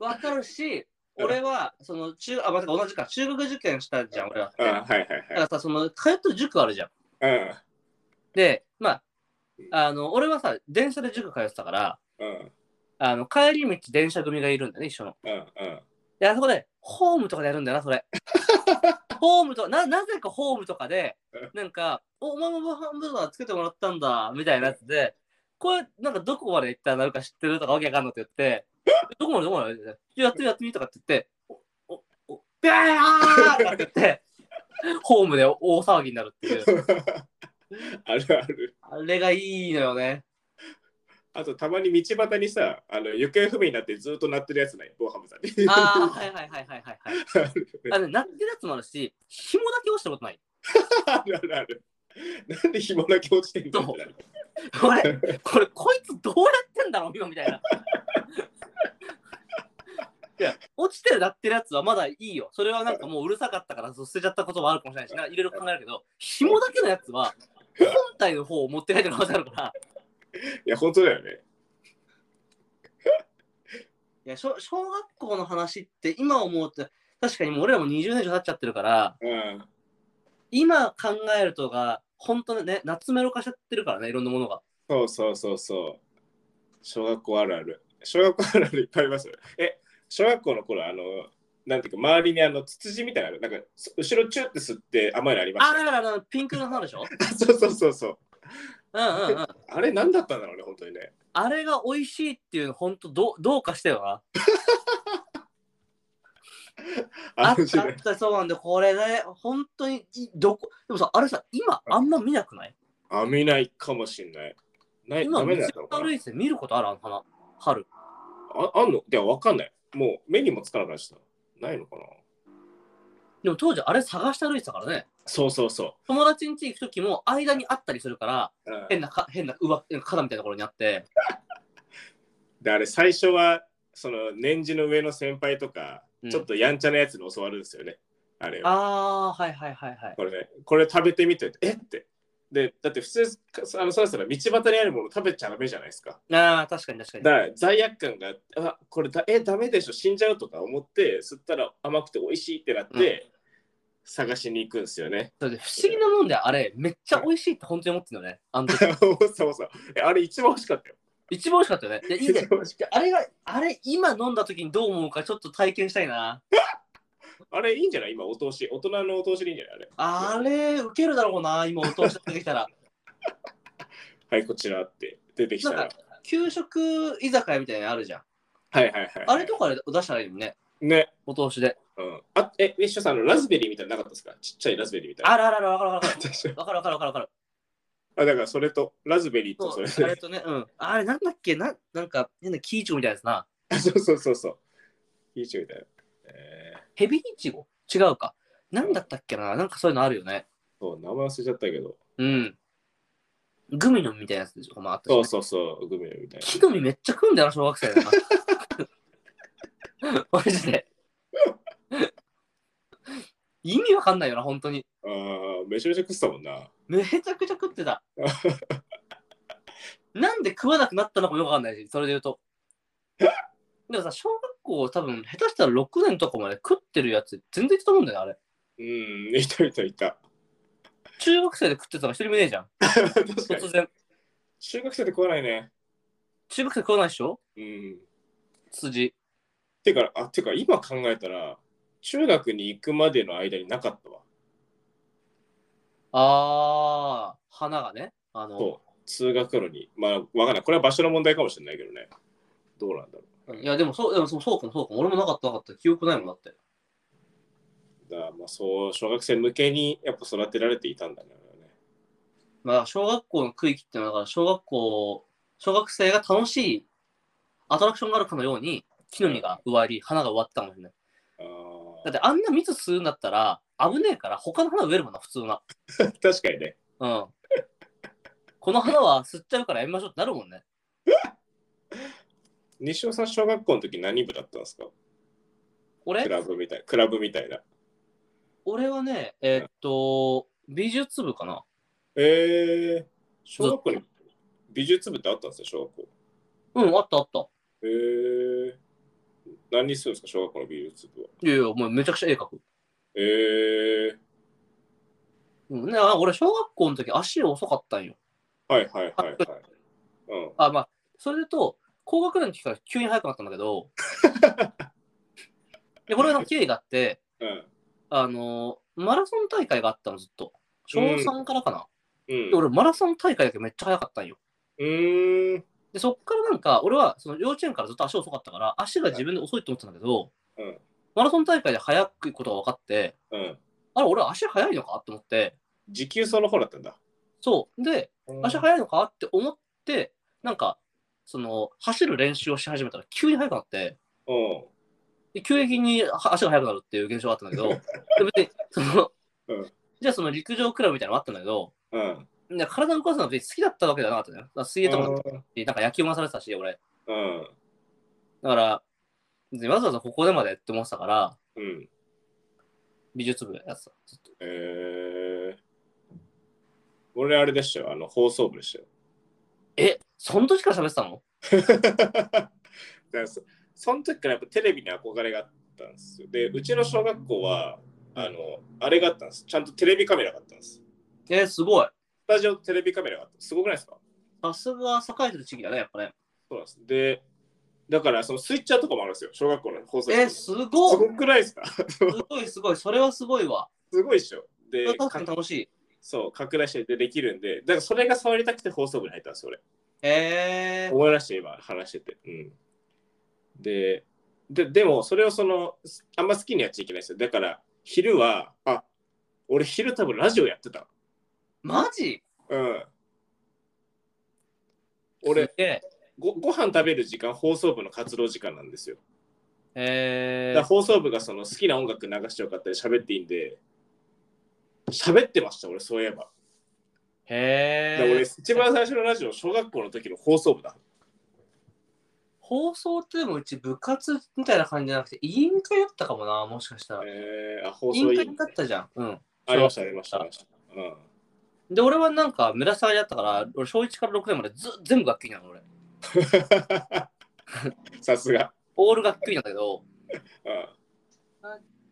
[SPEAKER 2] わかるし、俺は、その中、あ、まさか同じか、中学受験したじゃん、俺は。
[SPEAKER 1] あ
[SPEAKER 2] だ
[SPEAKER 1] はいはい
[SPEAKER 2] からさ、その、通ってる塾あるじゃん。
[SPEAKER 1] はい。
[SPEAKER 2] で、まあ、あの、俺はさ、電車で塾通ってたから、
[SPEAKER 1] うん、うん、
[SPEAKER 2] あの、帰り道電車組がいるんだよね、一緒の。
[SPEAKER 1] うん、 うん。
[SPEAKER 2] いや、そこで、ホームとかでやるんだよな、それ。 ホームとな、なぜかホームとかで、なんか、おお前も防犯ブザーつけてもらったんだ、みたいなやつで、これ、なんかどこまで行ったらなるか知ってるとかわけわかんのって言って、どこまでどこまでって言ってやってみやってみとかって言って、お、お、お、ビャーとかって言 って、ホームで大騒ぎになるっていう。
[SPEAKER 1] あるある。
[SPEAKER 2] あれがいいのよね。
[SPEAKER 1] あと、たまに道端にさ、あの行方不明になってずっと鳴ってるやつない、防犯ブザーで。
[SPEAKER 2] ああ、はいはいはいはいはい、はい。
[SPEAKER 1] ある
[SPEAKER 2] あの、なってるやつもあるし、紐だけ落ちたことない。
[SPEAKER 1] あるあるある。なんで紐だけ落ちてんの
[SPEAKER 2] そう
[SPEAKER 1] ってなる
[SPEAKER 2] これ、これ、こいつどうやってんだろう今みたいな。いや、落ちてるなってるやつはまだいいよ。それはなんかもううるさかったからそう捨てちゃったこともあるかもしれないし、なんかいろいろ考えるけど、紐だけのやつは、本体の方を持って帰ってる可能性あるから、
[SPEAKER 1] いや、本当だよね。
[SPEAKER 2] いや小、小学校の話って今思うと、確かにもう俺らも20年以上経っちゃってるから、
[SPEAKER 1] うん。
[SPEAKER 2] 今考えるとが、本当ね、夏メロ化しちゃってるからね、いろんなものが。
[SPEAKER 1] そうそうそうそう。小学校あるある。小学校あるあるいっぱいありますよね。え、小学校の頃、あの、なんていうか、周りにあの、ツツジみたいなの、なんか、す後ろチューって吸って甘いのありまし
[SPEAKER 2] あ、
[SPEAKER 1] た
[SPEAKER 2] だ
[SPEAKER 1] よ。
[SPEAKER 2] からあのピンクの花でしょ
[SPEAKER 1] そうそうそうそう。
[SPEAKER 2] うんうんうん。
[SPEAKER 1] あれ、何だったんだろうね、本当にね。
[SPEAKER 2] あれが美味しいっていうの、本当どうどうかしたよな。あ
[SPEAKER 1] あ
[SPEAKER 2] っ
[SPEAKER 1] の時
[SPEAKER 2] たあっ
[SPEAKER 1] 代。
[SPEAKER 2] たそうなんで、これね、本当にいどこ、でもさ、あれさ、今あんま見なくない
[SPEAKER 1] あ、見ないかもしんない。ない、
[SPEAKER 2] 今、
[SPEAKER 1] ダメ
[SPEAKER 2] 道
[SPEAKER 1] だったのか
[SPEAKER 2] 歩
[SPEAKER 1] な。
[SPEAKER 2] いてて見ることあるあの花、春。
[SPEAKER 1] ああんのいや、わかんない。もう、目にもつかなくなっちゃった。ないのかな。
[SPEAKER 2] でも当時、あれ探して歩いてたからね、
[SPEAKER 1] そうそうそ
[SPEAKER 2] 友達ん家行くときも、間にあったりするから、
[SPEAKER 1] う。うん
[SPEAKER 2] 変なか、変な、うわ、花みたいなところにあって、
[SPEAKER 1] であれ最初はその年次の上の先輩とか、
[SPEAKER 2] うん
[SPEAKER 1] ちょっとやんちゃなやつに教わるんですよねあれを
[SPEAKER 2] あー、はいはいはいはい。
[SPEAKER 1] これねこれ食べてみてえってでだって普通あのそろそろ道端にあるもの食べちゃダメじゃないですか
[SPEAKER 2] あー、確かに確
[SPEAKER 1] だ
[SPEAKER 2] かに。
[SPEAKER 1] から罪悪感があこれだえダメでしょ死んじゃうとか思って吸ったら甘くて美味しいってなって、探しに行くんですよね
[SPEAKER 2] それで不思議なもんで、あれ、めっちゃ美味しいって本当に思ってるのね、あの時。
[SPEAKER 1] そうそうそうえあれ一番美味しかったよ
[SPEAKER 2] 一番美味しかったよね。でいいね
[SPEAKER 1] 一番美味しかっ
[SPEAKER 2] あれが、あれ、今飲んだ時にどう思うか、ちょっと体験したいな。
[SPEAKER 1] たあれいいんじゃない今お通し大人のお通しでいいんじゃないあれ
[SPEAKER 2] あれ、ウケるだろうな、今、お通し出てき たら。
[SPEAKER 1] はいこちらって出てきたら
[SPEAKER 2] なんか給食居酒屋みたいなのあるじゃん。
[SPEAKER 1] はいはいはい
[SPEAKER 2] あれとかで出したらいいのにね、
[SPEAKER 1] ね
[SPEAKER 2] お通しで。
[SPEAKER 1] うんあえ、ミッションさん、あのラズベリーみたいなのなかったですかちっちゃいラズベリーみたいな。
[SPEAKER 2] あらあらあら、わかるわかる
[SPEAKER 1] 私
[SPEAKER 2] わかるわかるわかるわかる。
[SPEAKER 1] あだからそれと、ラズベリー とそれ
[SPEAKER 2] そう、あれ
[SPEAKER 1] で。
[SPEAKER 2] とね、うん。あれ、なんだっけ、ななんか、変なキイチゴみたいなやつな。
[SPEAKER 1] そうそうそうそう。いいちみたいな。えー、
[SPEAKER 2] ヘビイチゴ違うか。なんだったっけな、なんかそういうのあるよね。
[SPEAKER 1] そう、名前忘れちゃったけど。
[SPEAKER 2] うん。群ミノンみたいなやつでしょ、まあ、あったじゃ
[SPEAKER 1] そうそ
[SPEAKER 2] ない
[SPEAKER 1] うそう、グミみたい
[SPEAKER 2] 木の実めっちゃ食うんだよな、小学生 だな。マジで。意味わかんないよな、本当に。
[SPEAKER 1] な。ああ、めちゃめちゃ食ってたもんな。
[SPEAKER 2] めちゃくちゃ食っ てた。なんで食わなくなったのかもよくわかんないし、それで言うと。でもさ、小学校多分、下手したら6年とかまで食ってるやつ全然いたと思うんだよね、あれ。
[SPEAKER 1] うん、いたいたいた。
[SPEAKER 2] 中学生で食ってたの一人もいねえじゃん。
[SPEAKER 1] 確か
[SPEAKER 2] 突
[SPEAKER 1] に。
[SPEAKER 2] 然。
[SPEAKER 1] 中学生で食わないね。
[SPEAKER 2] 中学生食わないでしょ
[SPEAKER 1] うん。
[SPEAKER 2] 辻。
[SPEAKER 1] てか、あ、てか今考えたら、中学に行くまでの間になかったわ。
[SPEAKER 2] あー、花がね。あの、
[SPEAKER 1] そう、通学路に。まあ、わかんない。これは場所の問題かもしれないけどね。どうなんだろ
[SPEAKER 2] いや、でもそう、でもそうそうかもそうかも。俺もなかった、なかった。記憶ないもんだって。
[SPEAKER 1] う。だからまあ、そう、小学生向けにやっぱ育てられていたんだね。
[SPEAKER 2] まあ、小学校の区域っていうのは、だから小学校、小学生が楽しいアトラクションがあるかのように、木の実が植わり、花が植わってたかもしれない。
[SPEAKER 1] あ
[SPEAKER 2] だってあんな蜜吸うんだったら、危ねえから、他の花植えるもんな、普通な。
[SPEAKER 1] あ、確かにね。
[SPEAKER 2] うん。この花は吸っちゃうからやめましょうってなるもんね。
[SPEAKER 1] 西尾さん、小学校の時何部だったんですかク
[SPEAKER 2] 俺、
[SPEAKER 1] ラブみたい。クラブみたいな。
[SPEAKER 2] 俺はね、えーっと、美術部かな。
[SPEAKER 1] えー、小学校に美術部ってあったんですよ、小学校。
[SPEAKER 2] うん、あったあった。
[SPEAKER 1] えー、何するんですか、小学校の美術部は。
[SPEAKER 2] いやいや、もうめちゃくちゃ絵描く。
[SPEAKER 1] えー、
[SPEAKER 2] うん、ね、あ俺、小学校の時足遅かったんよ。
[SPEAKER 1] はいはいはいはい。うん、
[SPEAKER 2] あ、まあ、それでと、高学年の時から急に速くなったんだ けど、でこれはなんか経緯があって、
[SPEAKER 1] うん、
[SPEAKER 2] あのーマラソン大会があったの、ずっと。小3からかな。
[SPEAKER 1] うん
[SPEAKER 2] で、。俺、マラソン大会だけめっちゃ速かったんよ。
[SPEAKER 1] うーん、
[SPEAKER 2] で、そっからなんか、俺はその幼稚園からずっと足遅かったから、足が自分で遅いと思ってたんだけど、
[SPEAKER 1] うん
[SPEAKER 2] マラソン大会で速いことが分かって、
[SPEAKER 1] うん。
[SPEAKER 2] あれ、俺足速いのかと思って、
[SPEAKER 1] 時給その方だったんだ。
[SPEAKER 2] そう。で、足
[SPEAKER 1] い。
[SPEAKER 2] 速いのかって思って、なんか、その、走る練習をし始めたら急に速くなって、
[SPEAKER 1] うん。
[SPEAKER 2] で急激には足が速くなるっていう現象があったんだけど、で別にその、
[SPEAKER 1] うん
[SPEAKER 2] じゃあその陸上クラブみたいなのもあったんだけど、
[SPEAKER 1] うん。
[SPEAKER 2] で体を動かすのは別に好きだったわけじゃなかったんだよ。だから水泳とかもあっ
[SPEAKER 1] うん
[SPEAKER 2] たし、なんか野球もなされてたし、俺。
[SPEAKER 1] うん。
[SPEAKER 2] だから、別にわざわざここでまでって思ってたから、
[SPEAKER 1] うん。
[SPEAKER 2] 美術部やってた。ずっと
[SPEAKER 1] えー、俺あれでしたよ、あの、放送部でしたよ。
[SPEAKER 2] え、その時から喋ってたの
[SPEAKER 1] だからそその時からやっぱテレビに憧れがあったんですよ。で、うちの小学校は、あの、あれがあったんです。ちゃんとテレビカメラがあったんです。
[SPEAKER 2] えーすごい。
[SPEAKER 1] スタジオテレビカメラがあった。すごくないですか
[SPEAKER 2] さすが栄えてる地域だね、やっぱね。
[SPEAKER 1] そうなんです。で、だからそのスイッチャーとかもあるんですよ、小学校の放送室
[SPEAKER 2] えー
[SPEAKER 1] す
[SPEAKER 2] すごい
[SPEAKER 1] ごくないですか
[SPEAKER 2] すごいすごい。それはすごいわ。
[SPEAKER 1] すごいっしょ。で、
[SPEAKER 2] 確かに楽しい。
[SPEAKER 1] そう、拡大してでできるんで、だからそれが触りたくて放送部に入ったんですよ、俺。
[SPEAKER 2] えー、
[SPEAKER 1] 思い出して今話してて。うん。で、ででもそれをその、あんま好きにやっちゃいけないですよ。だから、昼は、あ、俺昼多分ラジオやってた。
[SPEAKER 2] マジ
[SPEAKER 1] うん。俺
[SPEAKER 2] すげえ
[SPEAKER 1] ご、ご飯食べる時間、放送部の活動時間なんですよ。だ
[SPEAKER 2] え
[SPEAKER 1] から
[SPEAKER 2] ー、
[SPEAKER 1] 放送部がその好きな音楽流してよかったり喋っていいんで、喋ってました、俺、そういえば。だ
[SPEAKER 2] へ
[SPEAKER 1] から
[SPEAKER 2] ー
[SPEAKER 1] 俺、一番最初のラジオ、小学校の時の放送部だ。
[SPEAKER 2] 放送ってでもうち部活みたいな感じじゃなくて委員会だったかもなもしかしたら
[SPEAKER 1] えー、あ、放
[SPEAKER 2] 委
[SPEAKER 1] 送
[SPEAKER 2] 員
[SPEAKER 1] 委
[SPEAKER 2] 会
[SPEAKER 1] 員
[SPEAKER 2] だったじゃんうん
[SPEAKER 1] ありました、ありました。ありましたうん、
[SPEAKER 2] で俺はなんか村下がりだったから俺小1から6年までず全部学級委員なの俺
[SPEAKER 1] さすが。
[SPEAKER 2] オール学級委員なんだけど
[SPEAKER 1] うん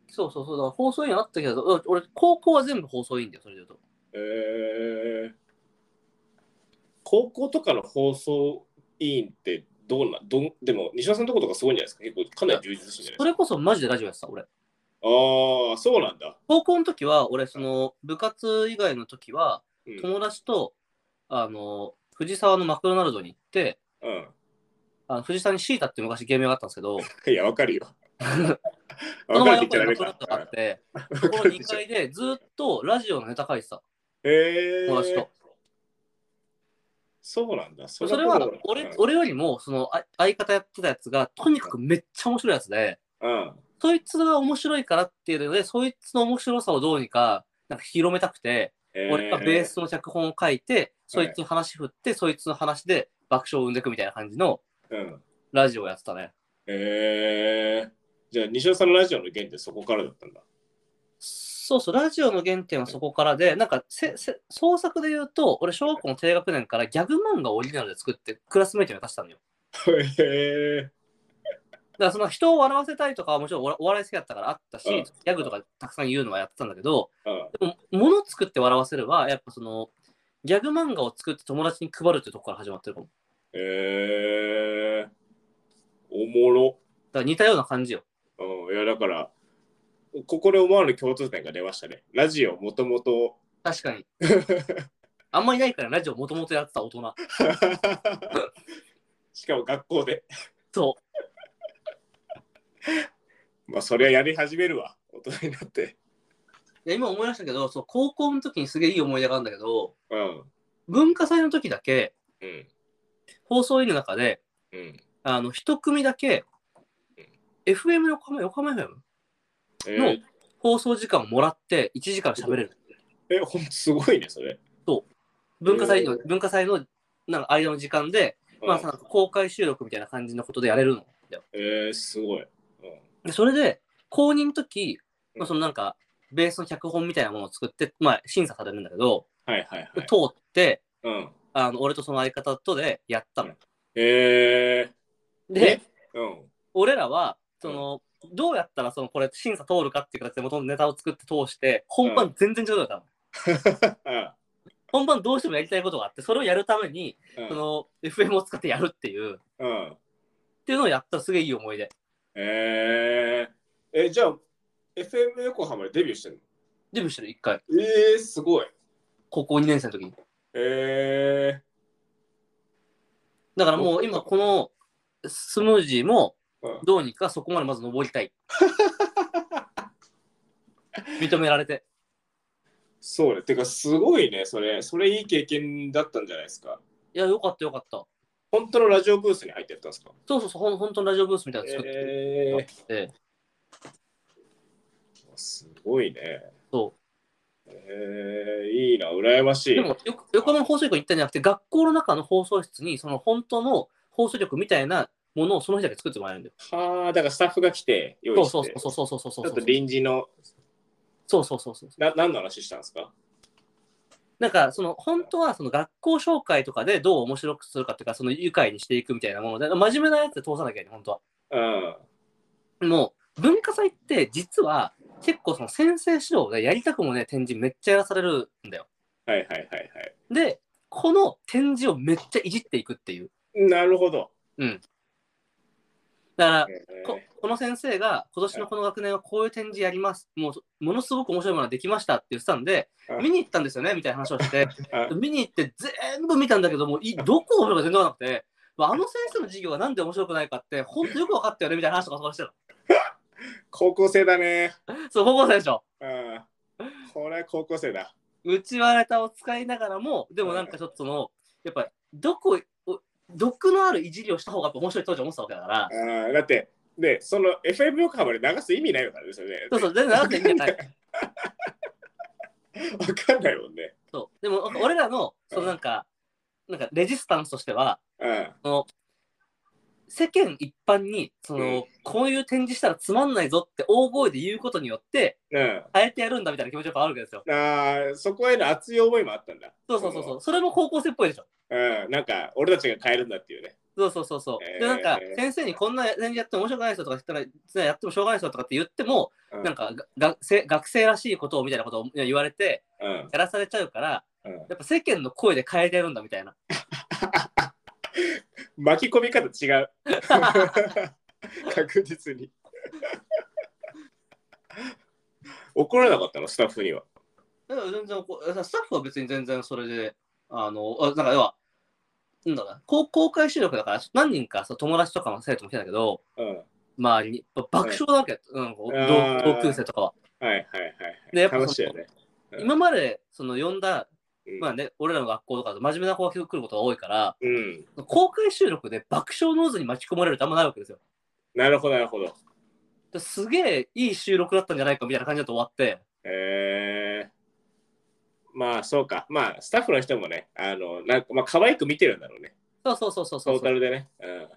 [SPEAKER 2] そうそうそうだから放送委員あったけどうん俺高校は全部放送委員だよそれで言うと
[SPEAKER 1] えー高校とかの放送委員ってどうなどんでも西田さんのとことかすごいんじゃないですか結構かなり充実してるんじゃな
[SPEAKER 2] そ
[SPEAKER 1] いですか
[SPEAKER 2] れこそマジでラジオやってた俺
[SPEAKER 1] ああそうなんだ、
[SPEAKER 2] 高校の時は俺その部活以外の時は
[SPEAKER 1] うん
[SPEAKER 2] 友達とあの藤沢のマクドナルドに行ってあの藤沢にシータって昔ゲーム屋があったんですけ ど
[SPEAKER 1] うん、いやわかる よ
[SPEAKER 2] そ
[SPEAKER 1] わか
[SPEAKER 2] の前
[SPEAKER 1] るって言っちゃダ
[SPEAKER 2] の
[SPEAKER 1] メ
[SPEAKER 2] 方
[SPEAKER 1] か
[SPEAKER 2] にマクドナルドがあって
[SPEAKER 1] うん
[SPEAKER 2] こ
[SPEAKER 1] わ
[SPEAKER 2] の
[SPEAKER 1] かるって言っ
[SPEAKER 2] 2
[SPEAKER 1] ちゃ
[SPEAKER 2] 階でずっとラジオのネタ書いてた、
[SPEAKER 1] え
[SPEAKER 2] 友達
[SPEAKER 1] ー
[SPEAKER 2] と。、
[SPEAKER 1] そうなんだそ
[SPEAKER 2] それ
[SPEAKER 1] んな
[SPEAKER 2] は
[SPEAKER 1] こと
[SPEAKER 2] 俺
[SPEAKER 1] うん
[SPEAKER 2] 俺よりもそのあ相方やってたやつがとにかくめっちゃ面白いやつで、
[SPEAKER 1] うん
[SPEAKER 2] そいつが面白いからっていうので、そいつの面白さをどうにかなんか広めたくて、俺がベースの脚本を書いて、そいつの話振って、そいつの話で爆笑を生んでいくみたいな感じの
[SPEAKER 1] うん。
[SPEAKER 2] ラジオをやってたね。
[SPEAKER 1] えー、じゃあ、西尾さんのラジオの原点そこからだったんだ。
[SPEAKER 2] そうそう、ラジオの原点はそこからで、なんかせせ創作で言うと、俺、小学校の低学年からギャグ漫画をオリジナルで作って、クラスメイトに渡したのよ。
[SPEAKER 1] へ
[SPEAKER 2] だからその人を笑わせたいとかはもちろんおお笑い好きだったからあったし、
[SPEAKER 1] うん
[SPEAKER 2] ギャグとかたくさん言うのはやってたんだけど、
[SPEAKER 1] ーうん
[SPEAKER 2] でも物作って笑わせるは、やっぱその、ギャグ漫画を作って友達に配るっていうとこから始まってるかも。
[SPEAKER 1] えー、おもろ。
[SPEAKER 2] だから似たような感じよ。
[SPEAKER 1] うん、いや、だから、ここで思わぬ共通点が出ましたね。ラジオもともと。
[SPEAKER 2] 確かに。あんまりないからラジオもともとやってた大人。
[SPEAKER 1] しかも学校で。
[SPEAKER 2] そ
[SPEAKER 1] まあ、それはやり始めるわ。大人になって。
[SPEAKER 2] う。で今思い出したけど、そう高校の時にすげえいい思い出があるんだけど、
[SPEAKER 1] うん。
[SPEAKER 2] 文化祭の時だけ
[SPEAKER 1] うん。
[SPEAKER 2] 放送委員の中で、
[SPEAKER 1] うん。
[SPEAKER 2] あの、一組だけ、FM 横浜、横浜 FM
[SPEAKER 1] え
[SPEAKER 2] の
[SPEAKER 1] ー、
[SPEAKER 2] 放送時間をもらって1時間喋れる。
[SPEAKER 1] えほんとすごいね、それ。
[SPEAKER 2] 文化祭の、文化祭のなんか間の時間で、
[SPEAKER 1] うん
[SPEAKER 2] まあさ、公開収録みたいな感じのことでやれるの。
[SPEAKER 1] えー、すごい。
[SPEAKER 2] でそれで、公認の時、
[SPEAKER 1] うん
[SPEAKER 2] まあ、そのなんか、ベースの脚本みたいなものを作って、まあ、審査されるんだけど、
[SPEAKER 1] はいはいはい。
[SPEAKER 2] 通って、
[SPEAKER 1] うん。
[SPEAKER 2] あの俺とその相方とでやったの。
[SPEAKER 1] えー、
[SPEAKER 2] で、
[SPEAKER 1] うん。
[SPEAKER 2] 俺らは、その、どうやったらそのこれ審査通るかっていう形で元のネタを作って通して、本番全然上手だったの。
[SPEAKER 1] あ
[SPEAKER 2] 本番どうしてもやりたいことがあって、それをやるために、
[SPEAKER 1] うん
[SPEAKER 2] その FM を使ってやるっていう、っ
[SPEAKER 1] うん。
[SPEAKER 2] ていうのをやったらすげえいい思い出。
[SPEAKER 1] えー、え、じゃあ、FM 横浜でデビューしてる
[SPEAKER 2] デビューしてる、一回。
[SPEAKER 1] のえー、すごい。
[SPEAKER 2] 高校2年生の時に。
[SPEAKER 1] え
[SPEAKER 2] だからもう今このスムージーも
[SPEAKER 1] うん、
[SPEAKER 2] どうにかそこまでまず登りたい。 認められて。
[SPEAKER 1] ー、そうね。てか、すごいね、それ。それいい経験だったんじゃないですか。
[SPEAKER 2] いや、よかったよかった。
[SPEAKER 1] 本当のラジオブースに入ってやったんですか
[SPEAKER 2] そうそうそう、ほん本当にラジオブースみたいなの作って
[SPEAKER 1] えー、
[SPEAKER 2] て、
[SPEAKER 1] すごいね。
[SPEAKER 2] そ
[SPEAKER 1] えー、いいな、羨まし
[SPEAKER 2] う。
[SPEAKER 1] い。
[SPEAKER 2] でも、よ横浜の放送局に行ったんじゃなくて、学校の中の放送室に、その本当の放送局みたいなものをその日だけ作ってもらえるんだよ。
[SPEAKER 1] はあ、だからスタッフが来て、用意
[SPEAKER 2] そう
[SPEAKER 1] して。
[SPEAKER 2] そうそうそうそうそうそう
[SPEAKER 1] ちょっと臨時の、
[SPEAKER 2] そうそうそうそう。
[SPEAKER 1] な何の話したんですか
[SPEAKER 2] なんか、その、本当は、その学校紹介とかでどう面白くするかっていうか、その愉快にしていくみたいなもので、真面目なやつで通さなきゃいけない、本当は。
[SPEAKER 1] うん。
[SPEAKER 2] もう文化祭って実は結構その先生指導でやりたくもねえ展示めっちゃやらされるんだよ。
[SPEAKER 1] はいはいはいはい。
[SPEAKER 2] でこの展示をめっちゃいじっていくっていう。
[SPEAKER 1] なるほど。
[SPEAKER 2] だから
[SPEAKER 1] えー
[SPEAKER 2] ここの先生が今年のこの学年はこういう展示やります。もうものすごく面白いものができましたって言ってたんで
[SPEAKER 1] あ
[SPEAKER 2] 見に行ったんですよねみたいな話をして
[SPEAKER 1] あ
[SPEAKER 2] 見に行って全部見たんだけどもういどこが面白いか全然わかんなくて。まああの先生の授業がなんで面白くないかって本当よく分かったよねみたいな話とかそうしてた
[SPEAKER 1] 高校生だね。
[SPEAKER 2] の。そう高校生でしょ。
[SPEAKER 1] うん。これは高校生だ。
[SPEAKER 2] 内輪ネタを使いながらもでもなんかちょっとそのやっぱどこお毒のあるいじりをした方がやっぱ面白い当時思ってたわけだから
[SPEAKER 1] うんだって、で、その FM 横浜で流す意味ないからですよね。
[SPEAKER 2] そうそ う全然なかった意味がない
[SPEAKER 1] わかんないもんね。
[SPEAKER 2] そうでも俺らのそのなんかなんかレジスタンスとしては
[SPEAKER 1] うん。
[SPEAKER 2] その世間一般にその、
[SPEAKER 1] うん
[SPEAKER 2] こういう展示したらつまんないぞって大声で言うことによって
[SPEAKER 1] うん。
[SPEAKER 2] 変えてやるんだみたいな気持ちがあるわけですよ
[SPEAKER 1] ああ、そこへの熱い思いもあったんだ。
[SPEAKER 2] そうそうそうそうそれも高校生っぽいでしょ
[SPEAKER 1] うん、なんか、俺たちが変えるんだっていうね。
[SPEAKER 2] そうそうそうそう、
[SPEAKER 1] えー
[SPEAKER 2] でなんか先生にこんな全然やっても面白くないですよとか言ったらそれやってもしょうがないですよとかって言っても、
[SPEAKER 1] うん
[SPEAKER 2] なんかががせ学生らしいことをみたいなことを言われて
[SPEAKER 1] うん。
[SPEAKER 2] やらされちゃうから
[SPEAKER 1] うん、
[SPEAKER 2] やっぱ世間の声で変えてるんだみたいな
[SPEAKER 1] 巻き込み方 違う。確実に。怒らなかったの、スタッフには。
[SPEAKER 2] だから全然こうスタッフは別に全然それであのあなんか要はなんだろうなこう公開収録だから何人かそう友達とかの生徒も来たんだけど
[SPEAKER 1] うん。はい
[SPEAKER 2] 周りにば爆笑なわけ、うん、こう
[SPEAKER 1] あー
[SPEAKER 2] 同同級生とかは。
[SPEAKER 1] はいはいはい。
[SPEAKER 2] でやっぱその
[SPEAKER 1] 楽しいよね。うん
[SPEAKER 2] 今までその呼んだ、
[SPEAKER 1] うん
[SPEAKER 2] まあね、俺らの学校とかだと真面目な子が来ることが多いから、
[SPEAKER 1] うん。
[SPEAKER 2] 公開収録で爆笑ノーズに巻き込まれるってあんまないわけですよ。
[SPEAKER 1] なるほど、なるほど。
[SPEAKER 2] ですげえいい収録だったんじゃないかみたいな感じだと終わって、
[SPEAKER 1] えまあそうか。まあスタッフの人もね、あの、なんか、まあ可愛く見てるんだろうね。
[SPEAKER 2] そうそうそうそうそ
[SPEAKER 1] トー
[SPEAKER 2] う。
[SPEAKER 1] タ
[SPEAKER 2] だか
[SPEAKER 1] ルでね。うん。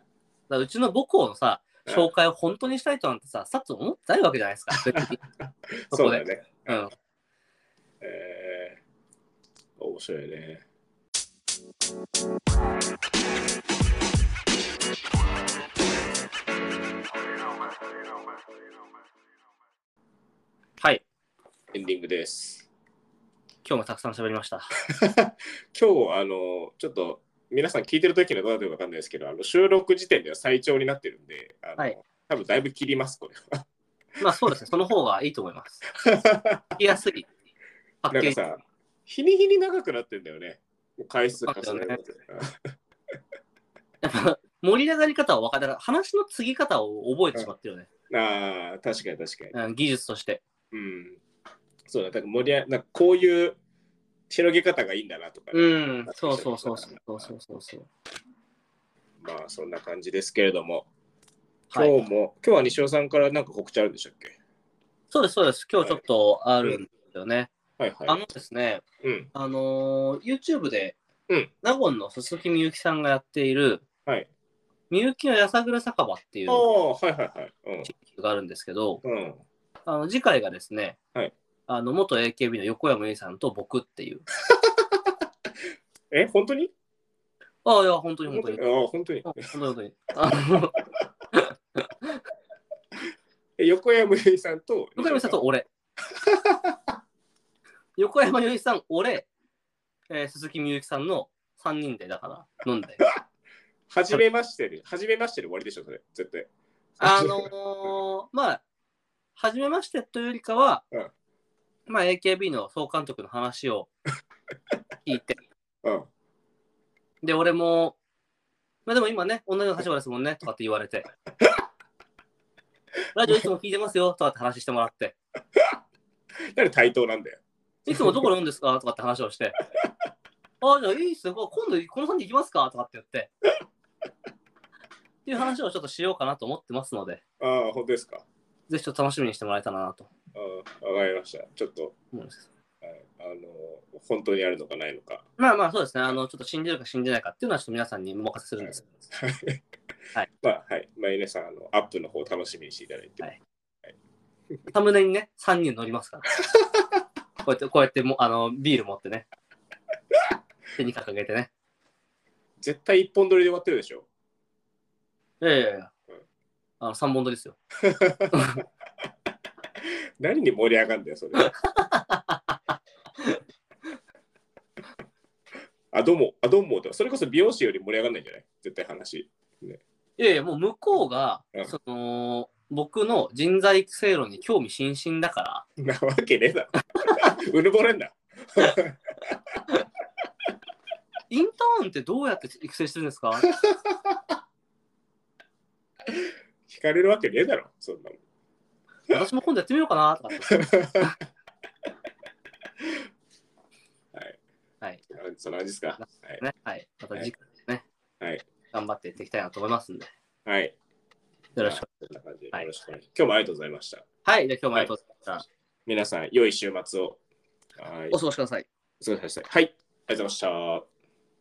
[SPEAKER 2] らうちの母校のさ、
[SPEAKER 1] うん
[SPEAKER 2] 紹介を本当にしたいとなんてさ、さっと思ってないわけじゃない ですか。別にそ
[SPEAKER 1] そう
[SPEAKER 2] こ
[SPEAKER 1] だよ
[SPEAKER 2] で。
[SPEAKER 1] ね。
[SPEAKER 2] うん。
[SPEAKER 1] えー、面白いね。
[SPEAKER 2] はい。
[SPEAKER 1] エンディングです。
[SPEAKER 2] 今日もたくさん喋りました。
[SPEAKER 1] 今日、あの、ちょっと、皆さん聞いてる時にはどうなってるかわかんないですけど、あの収録時点では最長になってるんで、あの
[SPEAKER 2] はい
[SPEAKER 1] 多分だいぶ切ります、これは。
[SPEAKER 2] まあそうですね。その方がいいと思 います。聞きやすい。パ
[SPEAKER 1] な
[SPEAKER 2] ッ
[SPEAKER 1] ん
[SPEAKER 2] ケ
[SPEAKER 1] か
[SPEAKER 2] ージ。
[SPEAKER 1] さ、日に日に長くなってんだよね。もう回数重ねる
[SPEAKER 2] やっぱ盛り上がり方は分かったら話の継ぎ方を覚えてしまってるよね、
[SPEAKER 1] と。 ああ、確かに確かに。
[SPEAKER 2] うん、技術として
[SPEAKER 1] うん。そうだ、だから盛り上がなんかこういう広げ方がいいんだなとかね、
[SPEAKER 2] うんそうそうそうそうそうそうそうそう
[SPEAKER 1] まあそんな感じですけれども、
[SPEAKER 2] はい
[SPEAKER 1] 今日も、今日は西尾さんからなんか告知あるんでしたっけ
[SPEAKER 2] そうですそうです今日ちょっとあるんですよね、
[SPEAKER 1] はいはい。
[SPEAKER 2] あのですね
[SPEAKER 1] うん。
[SPEAKER 2] あのー YouTube で、
[SPEAKER 1] うん
[SPEAKER 2] 納言の鈴木みゆきさんがやっている
[SPEAKER 1] はい。
[SPEAKER 2] みゆきのやさぐれ酒場っていう
[SPEAKER 1] あ
[SPEAKER 2] の
[SPEAKER 1] あ、はいはいはい。
[SPEAKER 2] があるんですけど
[SPEAKER 1] うん。うん。
[SPEAKER 2] あの次回がですね、
[SPEAKER 1] はい
[SPEAKER 2] あの元 AKB の横山由依さんと僕っていう
[SPEAKER 1] え、本当に
[SPEAKER 2] ああいや本当に
[SPEAKER 1] 本当
[SPEAKER 2] 本当に
[SPEAKER 1] にああ、本当に。
[SPEAKER 2] あ本当に本当にあの
[SPEAKER 1] え横山由依さんと、
[SPEAKER 2] 横山由依さんと 俺。横山由依さん、俺、えー鈴木みゆきさんの3人でだから飲んで。
[SPEAKER 1] はじめましてで、はじめましてで終わりでしょ、それ、絶対。
[SPEAKER 2] あのー、まあ、初めましてというよりかは、
[SPEAKER 1] うん
[SPEAKER 2] まあ AKB の総監督の話を聞いて、
[SPEAKER 1] うん。
[SPEAKER 2] で、俺も、まあでも今ね、同じような立場ですもんねとかって言われて、ラジオいつも聞いてますよとかって話してもらって、
[SPEAKER 1] なんで対等なんだよ。
[SPEAKER 2] いつもどこ読んですかとかって話をして、あじゃあいいっすよ、今度この3人行きますかとかって言って、っていう話をちょっとしようかなと思ってますので、
[SPEAKER 1] ああ、本当ですか。
[SPEAKER 2] ぜひちょっと楽しみにしてもらえたらなと
[SPEAKER 1] ああ、わかりました。ちょっと、
[SPEAKER 2] 思うんです。
[SPEAKER 1] はい、あの、本当にあるのかないのか。
[SPEAKER 2] まあまあそうですね、あのちょっと信じるか信じないかっていうのはちょっと皆さんにお任せするんです。はい。
[SPEAKER 1] まあ、はい。まあ、皆さん、あの、アップの方楽しみにしていただいて。
[SPEAKER 2] はいサムネにね、3人乗りますから。 こうやって、こうやってもあのビール持ってね、手に掲げてね。
[SPEAKER 1] 絶対一本撮りで終わってるでしょ。
[SPEAKER 2] いやいやいや
[SPEAKER 1] うん、
[SPEAKER 2] あの3本撮りですよ。
[SPEAKER 1] 何に盛り上がるんだよ、 それ。あ、どうも、あ、どうもと。それこそ美容師より盛り上がんないんじゃない絶対話。
[SPEAKER 2] いやいや、もう向こうが
[SPEAKER 1] うん、
[SPEAKER 2] その、僕の人材育成論に興味津々だか
[SPEAKER 1] なわけねえだろ。う ぬぼれんな。
[SPEAKER 2] ら、インターンってどうやって育成してるんですか
[SPEAKER 1] 聞かれるわけねえだろ、そんなもん。
[SPEAKER 2] 私も今度やってみようかなとかって。
[SPEAKER 1] はい。
[SPEAKER 2] はい。
[SPEAKER 1] あそんな感じですか。はい。
[SPEAKER 2] ね。はい。また次回ね。
[SPEAKER 1] はい。
[SPEAKER 2] 頑張ってやっていきたいなと思いますんで。
[SPEAKER 1] はい。
[SPEAKER 2] よろしく。
[SPEAKER 1] そんな感じで
[SPEAKER 2] はい
[SPEAKER 1] よろしくお願いします今日もありがとうございました。
[SPEAKER 2] はい。じゃあ今日もありがとうございまし
[SPEAKER 1] 皆さん、良い週末を。はい
[SPEAKER 2] た。お。過ごしください。
[SPEAKER 1] お疲れ様でした。はい。ありがとうございました。